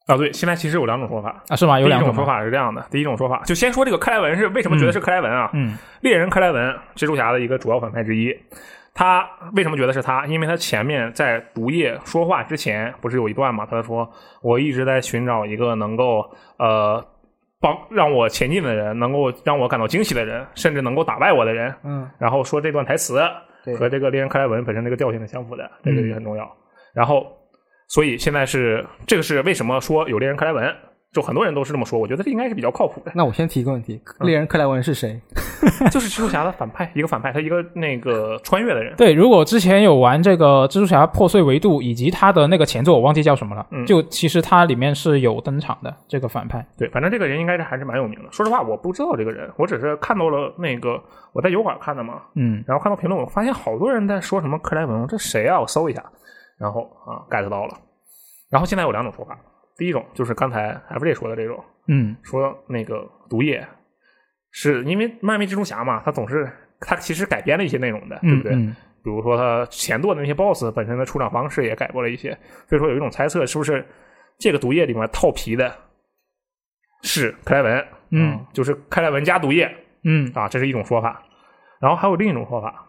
[SPEAKER 2] 啊，对，现在其实有两种说法。
[SPEAKER 1] 啊，是吗？有
[SPEAKER 2] 第一
[SPEAKER 1] 两
[SPEAKER 2] 种说
[SPEAKER 1] 吗？
[SPEAKER 2] 法是这样的，第一种说法就先说这个克莱文是为什么觉得是克莱文啊？
[SPEAKER 1] 嗯
[SPEAKER 2] 猎人克莱文，蜘蛛侠的一个主要反派之一。他为什么觉得是他？因为他前面在毒液说话之前，不是有一段嘛？他说：“我一直在寻找一个能够呃帮让我前进的人，能够让我感到惊喜的人，甚至能够打败我的人。”
[SPEAKER 3] 嗯，
[SPEAKER 2] 然后说这段台词
[SPEAKER 3] 对
[SPEAKER 2] 和这个猎人克莱文本身这个调性是相符的，这个也很重要。然后，所以现在是这个是为什么说有猎人克莱文，就很多人都是这么说。我觉得这应该是比较靠谱的。
[SPEAKER 3] 那我先提个问题，
[SPEAKER 2] 嗯
[SPEAKER 3] 猎人克莱文是谁？
[SPEAKER 2] 就是蜘蛛侠的反派，一个反派，他一个那个穿越的人，
[SPEAKER 1] 对，如果之前有玩这个蜘蛛侠破碎维度以及它的那个前作，我忘记叫什么了，
[SPEAKER 2] 嗯
[SPEAKER 1] 就其实它里面是有登场的这个反派。
[SPEAKER 2] 对，反正这个人应该是还是蛮有名的。说实话，我不知道这个人，我只是看到了那个我在油管看的嘛，
[SPEAKER 1] 嗯，
[SPEAKER 2] 然后看到评论，我发现好多人在说什么克莱文，这谁啊？我搜一下，然后啊 get 到了。然后现在有两种说法，第一种就是刚才 FJ 说的这种，
[SPEAKER 1] 嗯，
[SPEAKER 2] 说那个毒液是因为漫威蜘蛛侠嘛，他总是他其实改编了一些内容的，对不对？
[SPEAKER 1] 嗯嗯
[SPEAKER 2] 比如说他前作的那些 BOSS 本身的出场方式也改过了一些，所以说有一种猜测，是不是这个毒液里面套皮的是克莱文？
[SPEAKER 1] 嗯
[SPEAKER 2] 就是克莱文加毒液
[SPEAKER 1] 嗯
[SPEAKER 2] 啊，这是一种说法。然后还有另一种说法，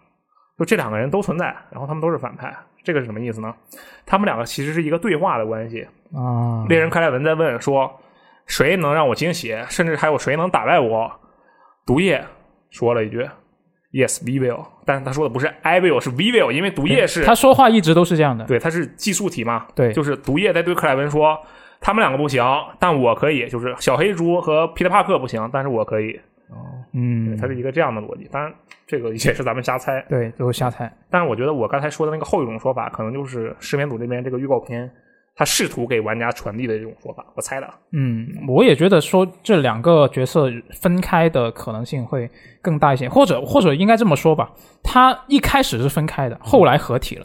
[SPEAKER 2] 就这两个人都存在，然后他们都是反派，这个是什么意思呢？他们两个其实是一个对话的关系，
[SPEAKER 1] 啊，
[SPEAKER 2] 嗯猎人克莱文在问说：“谁能让我惊喜？甚至还有谁能打败我？”毒液说了一句：“Yes, we will。”但是他说的不是 “I will”，是 “we will”，因为毒液是
[SPEAKER 1] 他说话一直都是这样的。
[SPEAKER 2] 对，它是技术题嘛。
[SPEAKER 1] 对
[SPEAKER 2] 就是毒液在对克莱文说：“他们两个不行，但我可以。”就是小黑猪和皮特帕克不行，但是我可以。
[SPEAKER 1] 嗯，
[SPEAKER 2] 它是一个这样的逻辑。当然，这个也是咱们瞎猜。
[SPEAKER 1] 对，最后瞎猜。
[SPEAKER 2] 但是我觉得我刚才说的那个后一种说法，可能就是石原组这边这个预告片，他试图给玩家传递的这种说法，我猜的。啊
[SPEAKER 1] 嗯，我也觉得说这两个角色分开的可能性会更大一些，或者或者应该这么说吧，他一开始是分开的，后来合体了。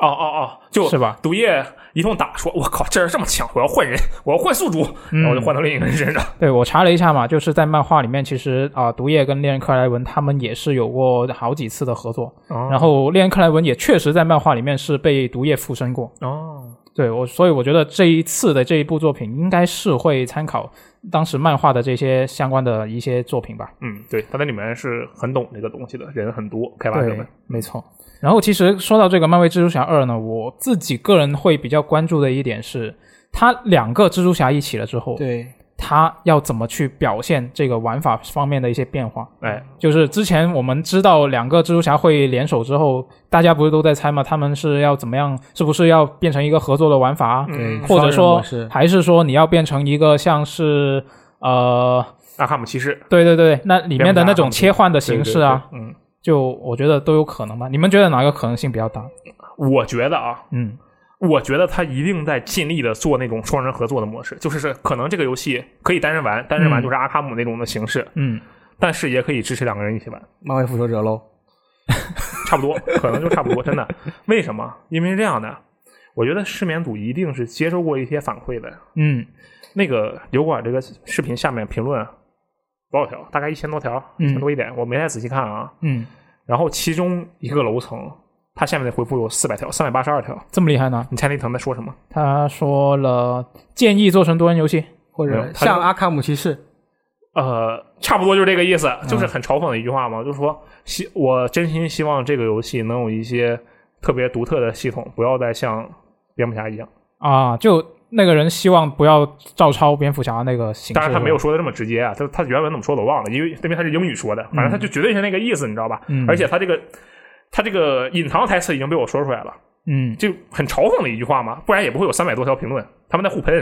[SPEAKER 2] 哦哦哦，就是
[SPEAKER 1] 吧？
[SPEAKER 2] 毒液一通打，说我靠，这人这么强，我要换人，我要换宿主，
[SPEAKER 1] 嗯
[SPEAKER 2] 然后就换到另一个人身上。
[SPEAKER 1] 对我查了一下嘛，就是在漫画里面，其实啊、毒液跟猎人克莱文他们也是有过好几次的合作，
[SPEAKER 2] 哦
[SPEAKER 1] 然后猎人克莱文也确实在漫画里面是被毒液附身过。
[SPEAKER 2] 哦，
[SPEAKER 1] 对我，所以我觉得这一次的这一部作品应该是会参考当时漫画的这些相关的一些作品吧。
[SPEAKER 2] 嗯，对，他在里面是很懂这个东西的，人很多，开发者
[SPEAKER 1] 对
[SPEAKER 2] 们。，
[SPEAKER 1] 没错。然后其实说到这个漫威蜘蛛侠二呢，我自己个人会比较关注的一点是，它两个蜘蛛侠一起了之后，
[SPEAKER 3] 对，
[SPEAKER 1] 它要怎么去表现这个玩法方面的一些变化。
[SPEAKER 2] 哎，
[SPEAKER 1] 就是之前我们知道两个蜘蛛侠会联手之后，大家不是都在猜吗？他们是要怎么样？是不是要变成一个合作的玩法啊？
[SPEAKER 2] 嗯，
[SPEAKER 1] 或者
[SPEAKER 3] 双人
[SPEAKER 1] 说
[SPEAKER 3] 模式
[SPEAKER 1] 还是说你要变成一个像是呃，
[SPEAKER 2] 阿卡姆骑士
[SPEAKER 1] 对对对，那里面的那种切换的形式啊，，
[SPEAKER 2] 对对对嗯，
[SPEAKER 1] 就我觉得都有可能吧。你们觉得哪个可能性比较大？
[SPEAKER 2] 我觉得啊，
[SPEAKER 1] 嗯
[SPEAKER 2] 我觉得他一定在尽力的做那种双人合作的模式，就是是可能这个游戏可以单人玩，单人玩
[SPEAKER 1] 嗯
[SPEAKER 2] 就是阿卡姆那种的形式，
[SPEAKER 1] 嗯，
[SPEAKER 2] 但是也可以支持两个人一起玩，
[SPEAKER 3] 漫威复仇者喽。
[SPEAKER 2] 差不多， [laughs] 可能就差不多，真的。为什么？因为这样的，我觉得失眠组一定是接收过一些反馈的。
[SPEAKER 1] 嗯，
[SPEAKER 2] 那个油管这个视频下面评论多少条？大概一千多条，
[SPEAKER 1] 嗯
[SPEAKER 2] 一千多一点，我没太仔细看啊。
[SPEAKER 1] 嗯，
[SPEAKER 2] 然后其中一个楼层，它下面的回复有四百条，三百八十二条。
[SPEAKER 1] 这么厉害呢？
[SPEAKER 2] 你猜那层在说什么？
[SPEAKER 1] 他说了，建议做成多人游戏。
[SPEAKER 3] 或
[SPEAKER 2] 没有
[SPEAKER 3] 者
[SPEAKER 2] 他
[SPEAKER 3] 像
[SPEAKER 2] 就
[SPEAKER 3] 阿卡姆骑士，
[SPEAKER 2] 呃，差不多就是这个意思，就是很嘲讽的一句话嘛，就是说希我真心希望这个游戏能有一些特别独特的系统，不要再像蝙蝠侠一样。
[SPEAKER 1] 啊，就那个人希望不要照抄蝙蝠侠那个形式。
[SPEAKER 2] 当然他没
[SPEAKER 1] 是
[SPEAKER 2] 有
[SPEAKER 1] 吧，
[SPEAKER 2] 说的这么直接啊，他他原文怎么说的我忘了，因为因为他是英语说的，反正他就绝对是那个意思，你知道吧？
[SPEAKER 1] 嗯
[SPEAKER 2] 而且他这个他这个隐藏台词已经被我说出来了，
[SPEAKER 1] 嗯
[SPEAKER 2] 就很嘲讽的一句话嘛，不然也不会有三百多条评论，他们在互喷，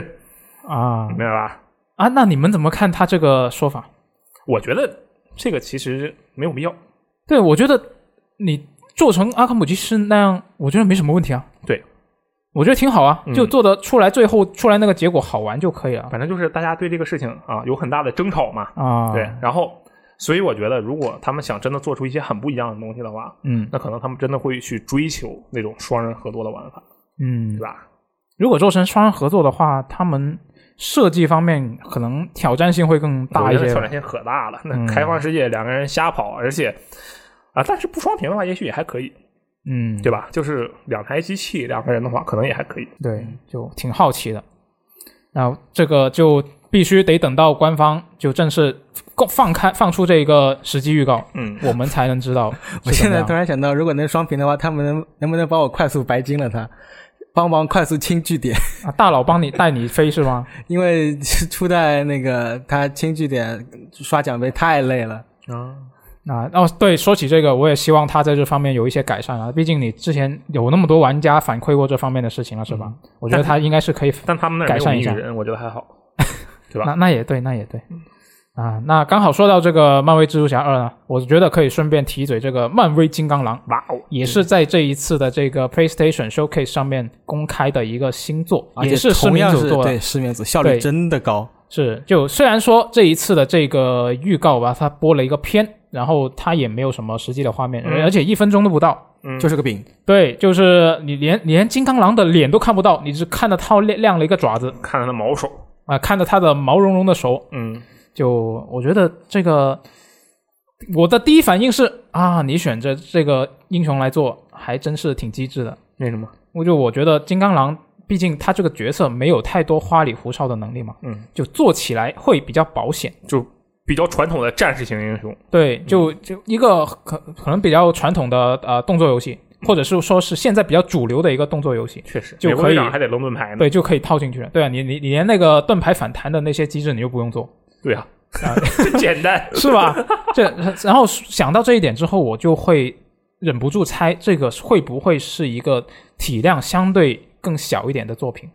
[SPEAKER 1] 啊
[SPEAKER 2] 明白吧？
[SPEAKER 1] 啊，那你们怎么看他这个说法？
[SPEAKER 2] 我觉得这个其实没有必要，
[SPEAKER 1] 对我觉得你做成阿卡姆骑士那样，我觉得没什么问题啊。
[SPEAKER 2] 对，
[SPEAKER 1] 我觉得挺好啊，
[SPEAKER 2] 嗯
[SPEAKER 1] 就做得出来，最后出来那个结果好玩就可以了
[SPEAKER 2] 反正就是大家对这个事情啊有很大的争吵嘛，
[SPEAKER 1] 啊。
[SPEAKER 2] 对，，然后所以我觉得如果他们想真的做出一些很不一样的东西的话，
[SPEAKER 1] 嗯
[SPEAKER 2] 那可能他们真的会去追求那种双人合作的玩法，
[SPEAKER 1] 嗯
[SPEAKER 2] 对，吧？
[SPEAKER 1] 如果做成双人合作的话，他们设计方面可能挑战性会更大
[SPEAKER 2] 我
[SPEAKER 1] 一
[SPEAKER 2] 觉
[SPEAKER 1] 些
[SPEAKER 2] 得
[SPEAKER 1] 吧。
[SPEAKER 2] 挑战性可大了。
[SPEAKER 1] 嗯
[SPEAKER 2] 那开放世界两个人瞎跑，而且啊，但是不双屏的话，也许也还可以，
[SPEAKER 1] 嗯，
[SPEAKER 2] 对吧？就是两台机器两个人的话，可能也还可以。
[SPEAKER 1] 对，
[SPEAKER 3] 嗯
[SPEAKER 1] 就挺好奇的。那这个就必须得等到官方就正式公放开放出这个实际预
[SPEAKER 3] [laughs]
[SPEAKER 1] 告，
[SPEAKER 2] 嗯，
[SPEAKER 1] 我们才能知道
[SPEAKER 3] 我
[SPEAKER 1] 是怎
[SPEAKER 3] 现
[SPEAKER 1] 么
[SPEAKER 3] 在
[SPEAKER 1] 样。
[SPEAKER 3] 突然想到，如果能双屏的话，他们能能不能帮我快速白金了他，帮忙快速清据点？
[SPEAKER 1] 啊，大佬帮你带你飞是吗？
[SPEAKER 3] 因为初代那个他清据点刷奖杯太累了，
[SPEAKER 2] 啊，
[SPEAKER 1] 啊，哦，对，说起这个，我也希望他在这方面有一些改善啊。毕竟你之前有那么多玩家反馈过这方面的事情了，是吧？
[SPEAKER 3] 嗯
[SPEAKER 1] 我觉得他应该是可以
[SPEAKER 2] 但他们那儿
[SPEAKER 1] 改善
[SPEAKER 2] 没
[SPEAKER 1] 一
[SPEAKER 2] 有
[SPEAKER 1] 下
[SPEAKER 2] 谜语人，我觉得还好。对吧
[SPEAKER 1] 那那也对，那也对。
[SPEAKER 3] 嗯
[SPEAKER 1] 啊，那刚好说到这个漫威蜘蛛侠二呢，我觉得可以顺便提一嘴这个漫威金刚狼，
[SPEAKER 2] 哇哦，
[SPEAKER 1] 也是在这一次的这个 PlayStation Showcase 上面公开的一个新作，啊
[SPEAKER 3] 而
[SPEAKER 1] 也
[SPEAKER 3] 且
[SPEAKER 1] 是失
[SPEAKER 3] 同
[SPEAKER 1] 明
[SPEAKER 3] 样
[SPEAKER 1] 组
[SPEAKER 3] 是
[SPEAKER 1] 做的
[SPEAKER 3] 对。失眠组效
[SPEAKER 1] 对
[SPEAKER 3] 率真的高。
[SPEAKER 1] 是，就虽然说这一次的这个预告吧，它播了一个片，然后它也没有什么实际的画面，
[SPEAKER 2] 嗯
[SPEAKER 1] 而且一分钟都不到。
[SPEAKER 2] 嗯
[SPEAKER 3] 就是个饼，
[SPEAKER 1] 对，就是你连连金刚狼的脸都看不到，你只看到它亮亮了一个爪子
[SPEAKER 2] 看他的毛手，
[SPEAKER 1] 啊、看到它的毛茸茸的手，
[SPEAKER 2] 嗯，
[SPEAKER 1] 就我觉得这个，我的第一反应是啊，你选择这个英雄来做，还真是挺机智的。
[SPEAKER 2] 为什么？
[SPEAKER 1] 我就我觉得金刚狼，毕竟他这个角色没有太多花里胡哨的能力嘛，
[SPEAKER 2] 嗯，
[SPEAKER 1] 就做起来会比较保险。
[SPEAKER 2] 就比较传统的战士型英雄，
[SPEAKER 1] 对，就
[SPEAKER 2] 嗯
[SPEAKER 1] 就一个可可能比较传统的呃动作游戏，或者是说是现在比较主流的一个动作游戏，
[SPEAKER 2] 确实，
[SPEAKER 1] 就
[SPEAKER 2] 美国
[SPEAKER 1] 可以
[SPEAKER 2] 队长还得扔盾牌呢。
[SPEAKER 1] 对，就可以套进去了。对啊，你你你连那个盾牌反弹的那些机制你就不用做，
[SPEAKER 2] 对啊，真 [laughs] 简
[SPEAKER 1] [laughs]
[SPEAKER 2] 单。
[SPEAKER 1] 是吧？这然后想到这一点之后，我就会忍不住猜，这个会不会是一个体量相对更小一点的作品？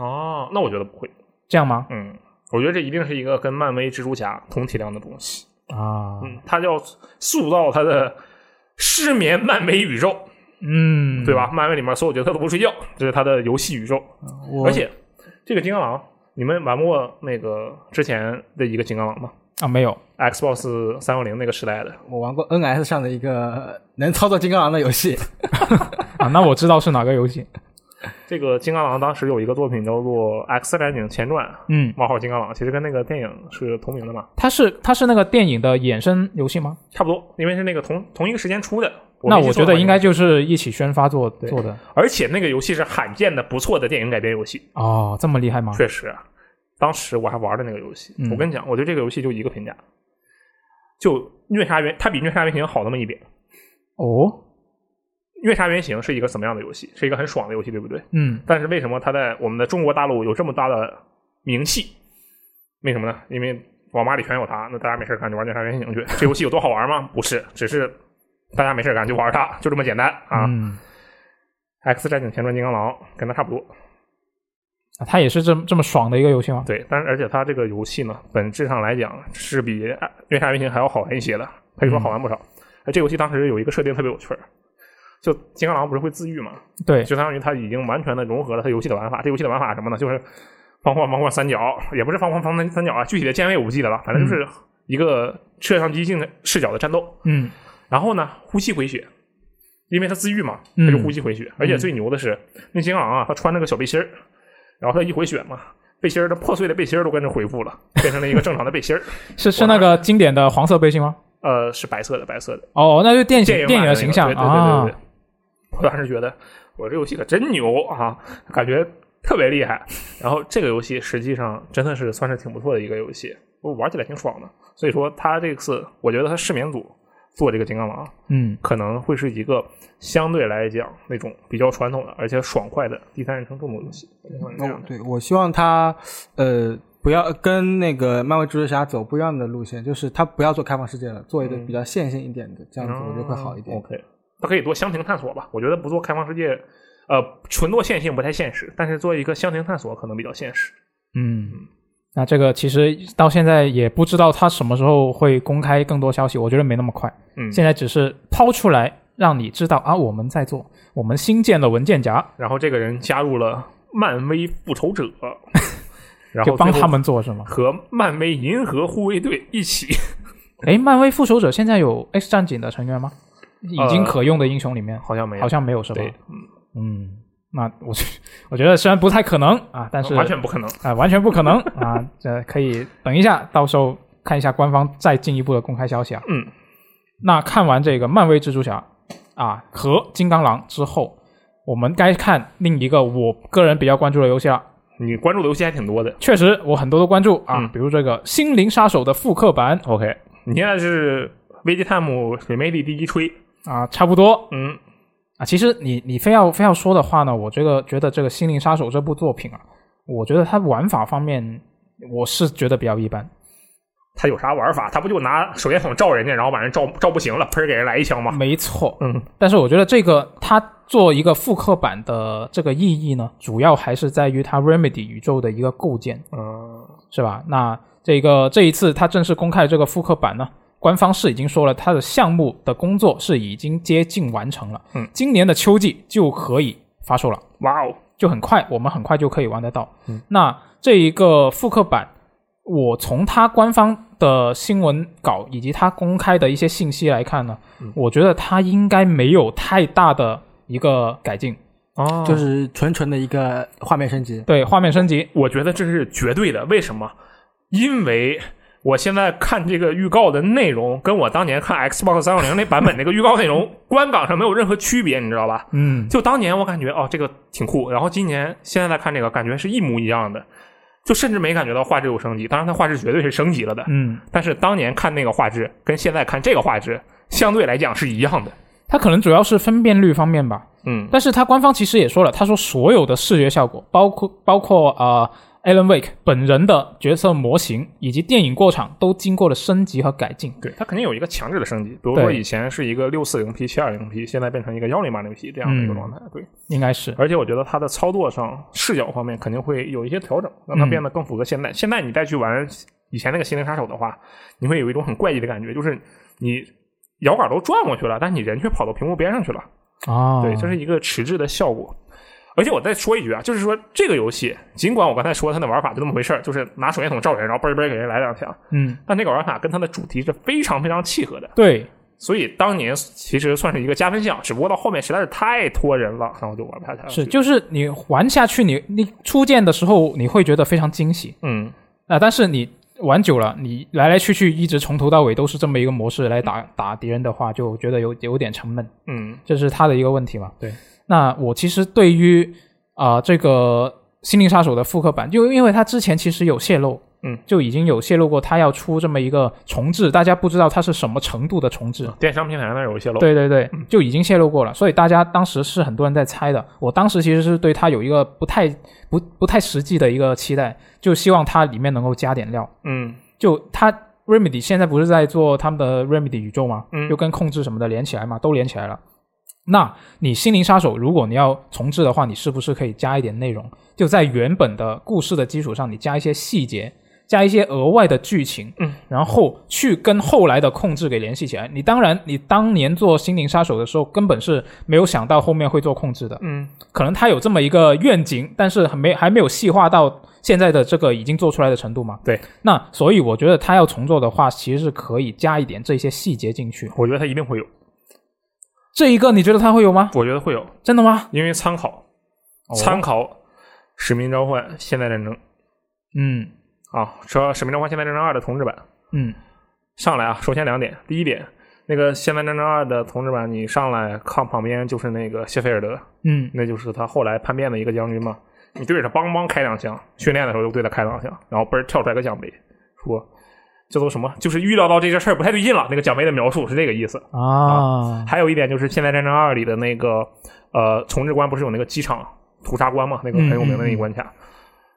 [SPEAKER 2] 哦，那我觉得不会。
[SPEAKER 1] 这样吗？
[SPEAKER 2] 嗯，我觉得这一定是一个跟漫威蜘蛛侠同体量的东西。
[SPEAKER 1] 啊，
[SPEAKER 2] 嗯，他要塑造他的失眠漫威宇宙，
[SPEAKER 1] 嗯，
[SPEAKER 2] 对吧？？漫威里面所有角色都不睡觉，这是他的游戏宇宙。
[SPEAKER 3] 我
[SPEAKER 2] 而且这个金刚狼，你们玩过那个之前的一个金刚狼吗
[SPEAKER 1] 啊，没有，
[SPEAKER 2] ？Xbox 三六零那个时代的，
[SPEAKER 3] 我玩过 NS 上的一个呃能操作金刚狼的游戏，
[SPEAKER 1] 啊，那我知道是哪个游
[SPEAKER 2] [laughs]
[SPEAKER 1] 戏。
[SPEAKER 2] 这个金刚狼当时有一个作品叫做《X 战警前传》，
[SPEAKER 1] 嗯，
[SPEAKER 2] 冒号金刚狼，其实跟那个电影是同名的嘛，
[SPEAKER 1] 它是它是那个电影的衍生游戏吗？
[SPEAKER 2] 差不多，因为是那个同同一个时间出的。
[SPEAKER 1] 那
[SPEAKER 2] 没记
[SPEAKER 1] 我
[SPEAKER 2] 错
[SPEAKER 1] 觉
[SPEAKER 2] 的话
[SPEAKER 1] 得应该，就是一起宣发做做的。
[SPEAKER 2] 而且那个游戏是罕见的不错的电影改编游戏。
[SPEAKER 1] 哦，这么厉害吗？
[SPEAKER 2] 确实，啊当时我还玩的那个游戏，
[SPEAKER 1] 嗯
[SPEAKER 2] 我跟你讲，我对这个游戏就一个评价，就虐杀原，它比虐杀原型好那么一点。
[SPEAKER 1] 哦，
[SPEAKER 2] 虐杀原型是一个什么样的游戏？是一个很爽的游戏，对不对？
[SPEAKER 1] 嗯
[SPEAKER 2] 但是为什么它在我们的中国大陆有这么大的名气？为什么呢？因为网吧里全有它，那大家没事干就玩虐杀
[SPEAKER 1] [laughs]
[SPEAKER 2] 原型去。这游戏有多好玩吗？不是，只是大家没事干就玩它，就这么简单啊。
[SPEAKER 1] 嗯，
[SPEAKER 2] X 战警前传金刚狼跟它差不多，
[SPEAKER 1] 啊它也是这么这么爽的一个游戏吗？
[SPEAKER 2] 对，但是而且它这个游戏呢，本质上来讲是比《哎月下原型》还要好玩一些的，可以说好玩不少。而这游戏当时有一个设定特别有趣儿，就金刚狼不是会自愈嘛，
[SPEAKER 1] 对，
[SPEAKER 2] 就相当于它已经完全的融合了它游戏的玩法。这游戏的玩法是什么呢？就是方框方框三角，也不是方框方框三角啊，具体的键位我不记得了，反正就是一个摄像机镜的视角的战斗。
[SPEAKER 1] 嗯
[SPEAKER 2] 然后呢，呼吸回血，因为它自愈嘛，它就呼吸回血。而且最牛的是，那金刚狼啊，它穿着个小背心儿，然后它一回血嘛，背心儿的破碎的背心儿都跟着恢复 [laughs] 了，变成了一个正常的背心儿。
[SPEAKER 1] 是是那个经典的黄色背心吗？
[SPEAKER 2] 呃，是白色的，白色的
[SPEAKER 1] 哦，那就电
[SPEAKER 2] 电
[SPEAKER 1] 影
[SPEAKER 2] 影
[SPEAKER 1] 电影的
[SPEAKER 2] 版那
[SPEAKER 1] 形
[SPEAKER 2] 个
[SPEAKER 1] 象
[SPEAKER 2] 对对对对
[SPEAKER 1] 啊
[SPEAKER 2] 对，。我当时觉得，我这游戏可真牛啊，感觉特别厉害。然后这个游戏实际上真的是算是挺不错的一个游戏，我玩起来挺爽的。所以说，他这次我觉得他失眠组做这个金刚狼，
[SPEAKER 1] 嗯
[SPEAKER 2] 可能会是一个相对来讲那种比较传统的，而且爽快的第三人称动作游戏。
[SPEAKER 3] 那我对我希望他呃不要跟那个漫威蜘蛛侠走不一样的路线，就是他不要做开放世界了，做一个比较线性一点的，这样子我觉得会好一
[SPEAKER 2] 嗯
[SPEAKER 3] 点。
[SPEAKER 2] OK，它可以做箱庭探索吧？我觉得不做开放世界，呃，纯做线性不太现实，但是做一个箱庭探索可能比较现实。
[SPEAKER 1] 嗯。那这个其实到现在也不知道他什么时候会公开更多消息，我觉得没那么快。
[SPEAKER 2] 嗯，
[SPEAKER 1] 现在只是抛出来让你知道啊，我们在做，我们新建了文件夹，
[SPEAKER 2] 然后这个人加入了漫威复仇者，然后
[SPEAKER 1] 就帮
[SPEAKER 2] 最后
[SPEAKER 1] 他们做是吗？
[SPEAKER 2] 和漫威银河护卫队一起。
[SPEAKER 1] 诶，漫威复仇者现在有 X 战警的成员吗？已经可用的英雄里面、
[SPEAKER 2] 好像呃没有，
[SPEAKER 1] 好像没有是吧？
[SPEAKER 2] 对，
[SPEAKER 1] 嗯，那我我觉得 [laughs] 虽然不太可能啊，但是
[SPEAKER 2] 完全不可能。
[SPEAKER 1] 啊、完全不可能啊，这可以等一下，到时候看一下官方再进一步的公开消息啊。
[SPEAKER 2] 嗯，
[SPEAKER 1] 那看完这个漫威蜘蛛侠啊和金刚狼之后，我们该看另一个我个人比较关注的游戏了。
[SPEAKER 2] 你关注的游戏还挺多的。
[SPEAKER 1] 确实，我很多都关注啊，
[SPEAKER 2] 嗯
[SPEAKER 1] 比如这个《心灵杀手》的复刻版
[SPEAKER 2] OK，你现在是危机探姆水妹的第一吹，
[SPEAKER 1] 啊，差不多
[SPEAKER 2] 嗯，
[SPEAKER 1] 啊。其实你你非要非要说的话呢，我这个觉得这个《心灵杀手》这部作品啊，我觉得它玩法方面我是觉得比较一般。
[SPEAKER 2] 他有啥玩法？他不就拿手电筒照人家，然后把人照照不行了，喷给人来一枪吗？
[SPEAKER 1] 没错，
[SPEAKER 2] 嗯，
[SPEAKER 1] 但是我觉得这个它做一个复刻版的这个意义呢，主要还是在于它 Remedy 宇宙的一个构建。
[SPEAKER 2] 嗯，
[SPEAKER 1] 是吧？那这个这一次他正式公开这个复刻版呢，官方是已经说了，它的项目的工作是已经接近完成了，
[SPEAKER 2] 嗯，
[SPEAKER 1] 今年的秋季就可以发售了，
[SPEAKER 2] 哇哦，
[SPEAKER 1] 就很快，我们很快就可以玩得到。嗯，那这一个复刻版，我从它官方的新闻稿以及它公开的一些信息来看呢，我觉得它应该没有太大的一个改进，
[SPEAKER 2] 哦
[SPEAKER 3] 就是是纯纯的一个画面升级，
[SPEAKER 1] 对画面升级，
[SPEAKER 2] 我觉得这是绝对的。为什么？因为我现在看这个预告的内容，跟我当年看 Xbox 三六零那版本那个预告内容观感上没有任何区别，你知道吧？
[SPEAKER 1] 嗯，
[SPEAKER 2] 就当年我感觉哦，这个挺酷，然后今年现在来看这个，感觉是一模一样的，就甚至没感觉到画质有升级。当然，它画质绝对是升级了的，
[SPEAKER 1] 嗯，
[SPEAKER 2] 但是当年看那个画质跟现在看这个画质相对来讲是一样的。
[SPEAKER 1] 它可能主要是分辨率方面吧，
[SPEAKER 2] 嗯
[SPEAKER 1] 但是他官方其实也说了，他说所有的视觉效果，包括包括呃 Alan Wake 本人的角色模型以及电影过场，都经过了升级和改进。
[SPEAKER 2] 对，它肯定有一个强制的升级，比如说
[SPEAKER 1] 对
[SPEAKER 2] 以前是一个六四零 P、七二零 P，现在变成一个幺零八零 P 这样的一个状态。对，
[SPEAKER 1] 应该是
[SPEAKER 2] 而且我觉得它的操作上、视角方面肯定会有一些调整，让它变得更符合现代。现在你再去玩以前那个《心灵杀手》的话，你会有一种很怪异的感觉，就是你摇杆都转过去了，但你人却跑到屏幕边上去了。
[SPEAKER 1] 啊，
[SPEAKER 2] 对，这
[SPEAKER 1] 是
[SPEAKER 2] 是一个迟滞的效果。而且我再说一句啊，就是说这个游戏，尽管我刚才说它的玩法就那么回事儿，就是拿手电筒照人，然后嘣儿嘣儿给人来两枪，
[SPEAKER 1] 嗯，
[SPEAKER 2] 但这个玩法跟它的主题是非常非常契合的。
[SPEAKER 1] 对，
[SPEAKER 2] 所以当年其实算是一个加分项，只不过到后面实在是太拖人了，然后就玩不下去了。
[SPEAKER 1] 是就是你玩下去，你你初见的时候你会觉得非常惊喜
[SPEAKER 2] 嗯，
[SPEAKER 1] 啊、但是你玩久了，你来来去去一直从头到尾都是这么一个模式来打打敌人的话，就觉得有有点沉闷。
[SPEAKER 2] 嗯
[SPEAKER 1] 这是他的一个问题嘛。
[SPEAKER 2] 对，
[SPEAKER 1] 那我其实对于啊、这个《心灵杀手》的复刻版，就因为他之前其实有泄露，
[SPEAKER 2] 嗯，
[SPEAKER 1] 就已经有泄露过他要出这么一个重置，大家不知道它是什么程度的重置。
[SPEAKER 2] 电商平台那儿有一些漏。，
[SPEAKER 1] 对对对，就已经泄露过了，所以大家当时是很多人在猜的。我当时其实是对它有一个不太不不太实际的一个期待，就希望它里面能够加点料。
[SPEAKER 2] 嗯
[SPEAKER 1] 就它 Remedy 现在不是在做他们的 Remedy 宇宙吗？
[SPEAKER 2] 嗯
[SPEAKER 1] 又跟控制什么的连起来嘛，都连起来了。那你心灵杀手，如果你要重置的话，你是不是可以加一点内容？就在原本的故事的基础上，你加一些细节，加一些额外的剧情，
[SPEAKER 2] 嗯，
[SPEAKER 1] 然后去跟后来的控制给联系起来。你当然，你当年做《心灵杀手》的时候，根本是没有想到后面会做控制的，
[SPEAKER 2] 嗯，
[SPEAKER 1] 可能他有这么一个愿景，但是还没还没有细化到现在的这个已经做出来的程度嘛。
[SPEAKER 2] 对，
[SPEAKER 1] 那所以我觉得他要重做的话，其实是可以加一点这些细节进去。
[SPEAKER 2] 我觉得他一定会有，
[SPEAKER 1] 这一个你觉得他会有吗？
[SPEAKER 2] 我觉得会有，
[SPEAKER 1] 真的吗？
[SPEAKER 2] 因为参考
[SPEAKER 1] 哦
[SPEAKER 2] 参考《使命召唤：现代战争》
[SPEAKER 1] 嗯
[SPEAKER 2] 啊，说《使命召唤：现代战争二》的同志版
[SPEAKER 1] 嗯
[SPEAKER 2] 上来啊，首先两点，第一点，那个《现代战争二》的同志版，你上来看旁边就是那个谢菲尔德，
[SPEAKER 1] 嗯
[SPEAKER 2] 那就是他后来叛变的一个将军嘛。你对着他梆梆开两枪，训练的时候就对他开两枪，然后嘣儿跳出来个奖杯，说这都什么？就是预料到这件事儿不太对劲了。那个奖杯的描述是这个意思。
[SPEAKER 1] 啊
[SPEAKER 2] 还有一点就是《现代战争二》里的那个呃，从治官不是有那个机场屠杀官嘛？那个很有名的那一关卡。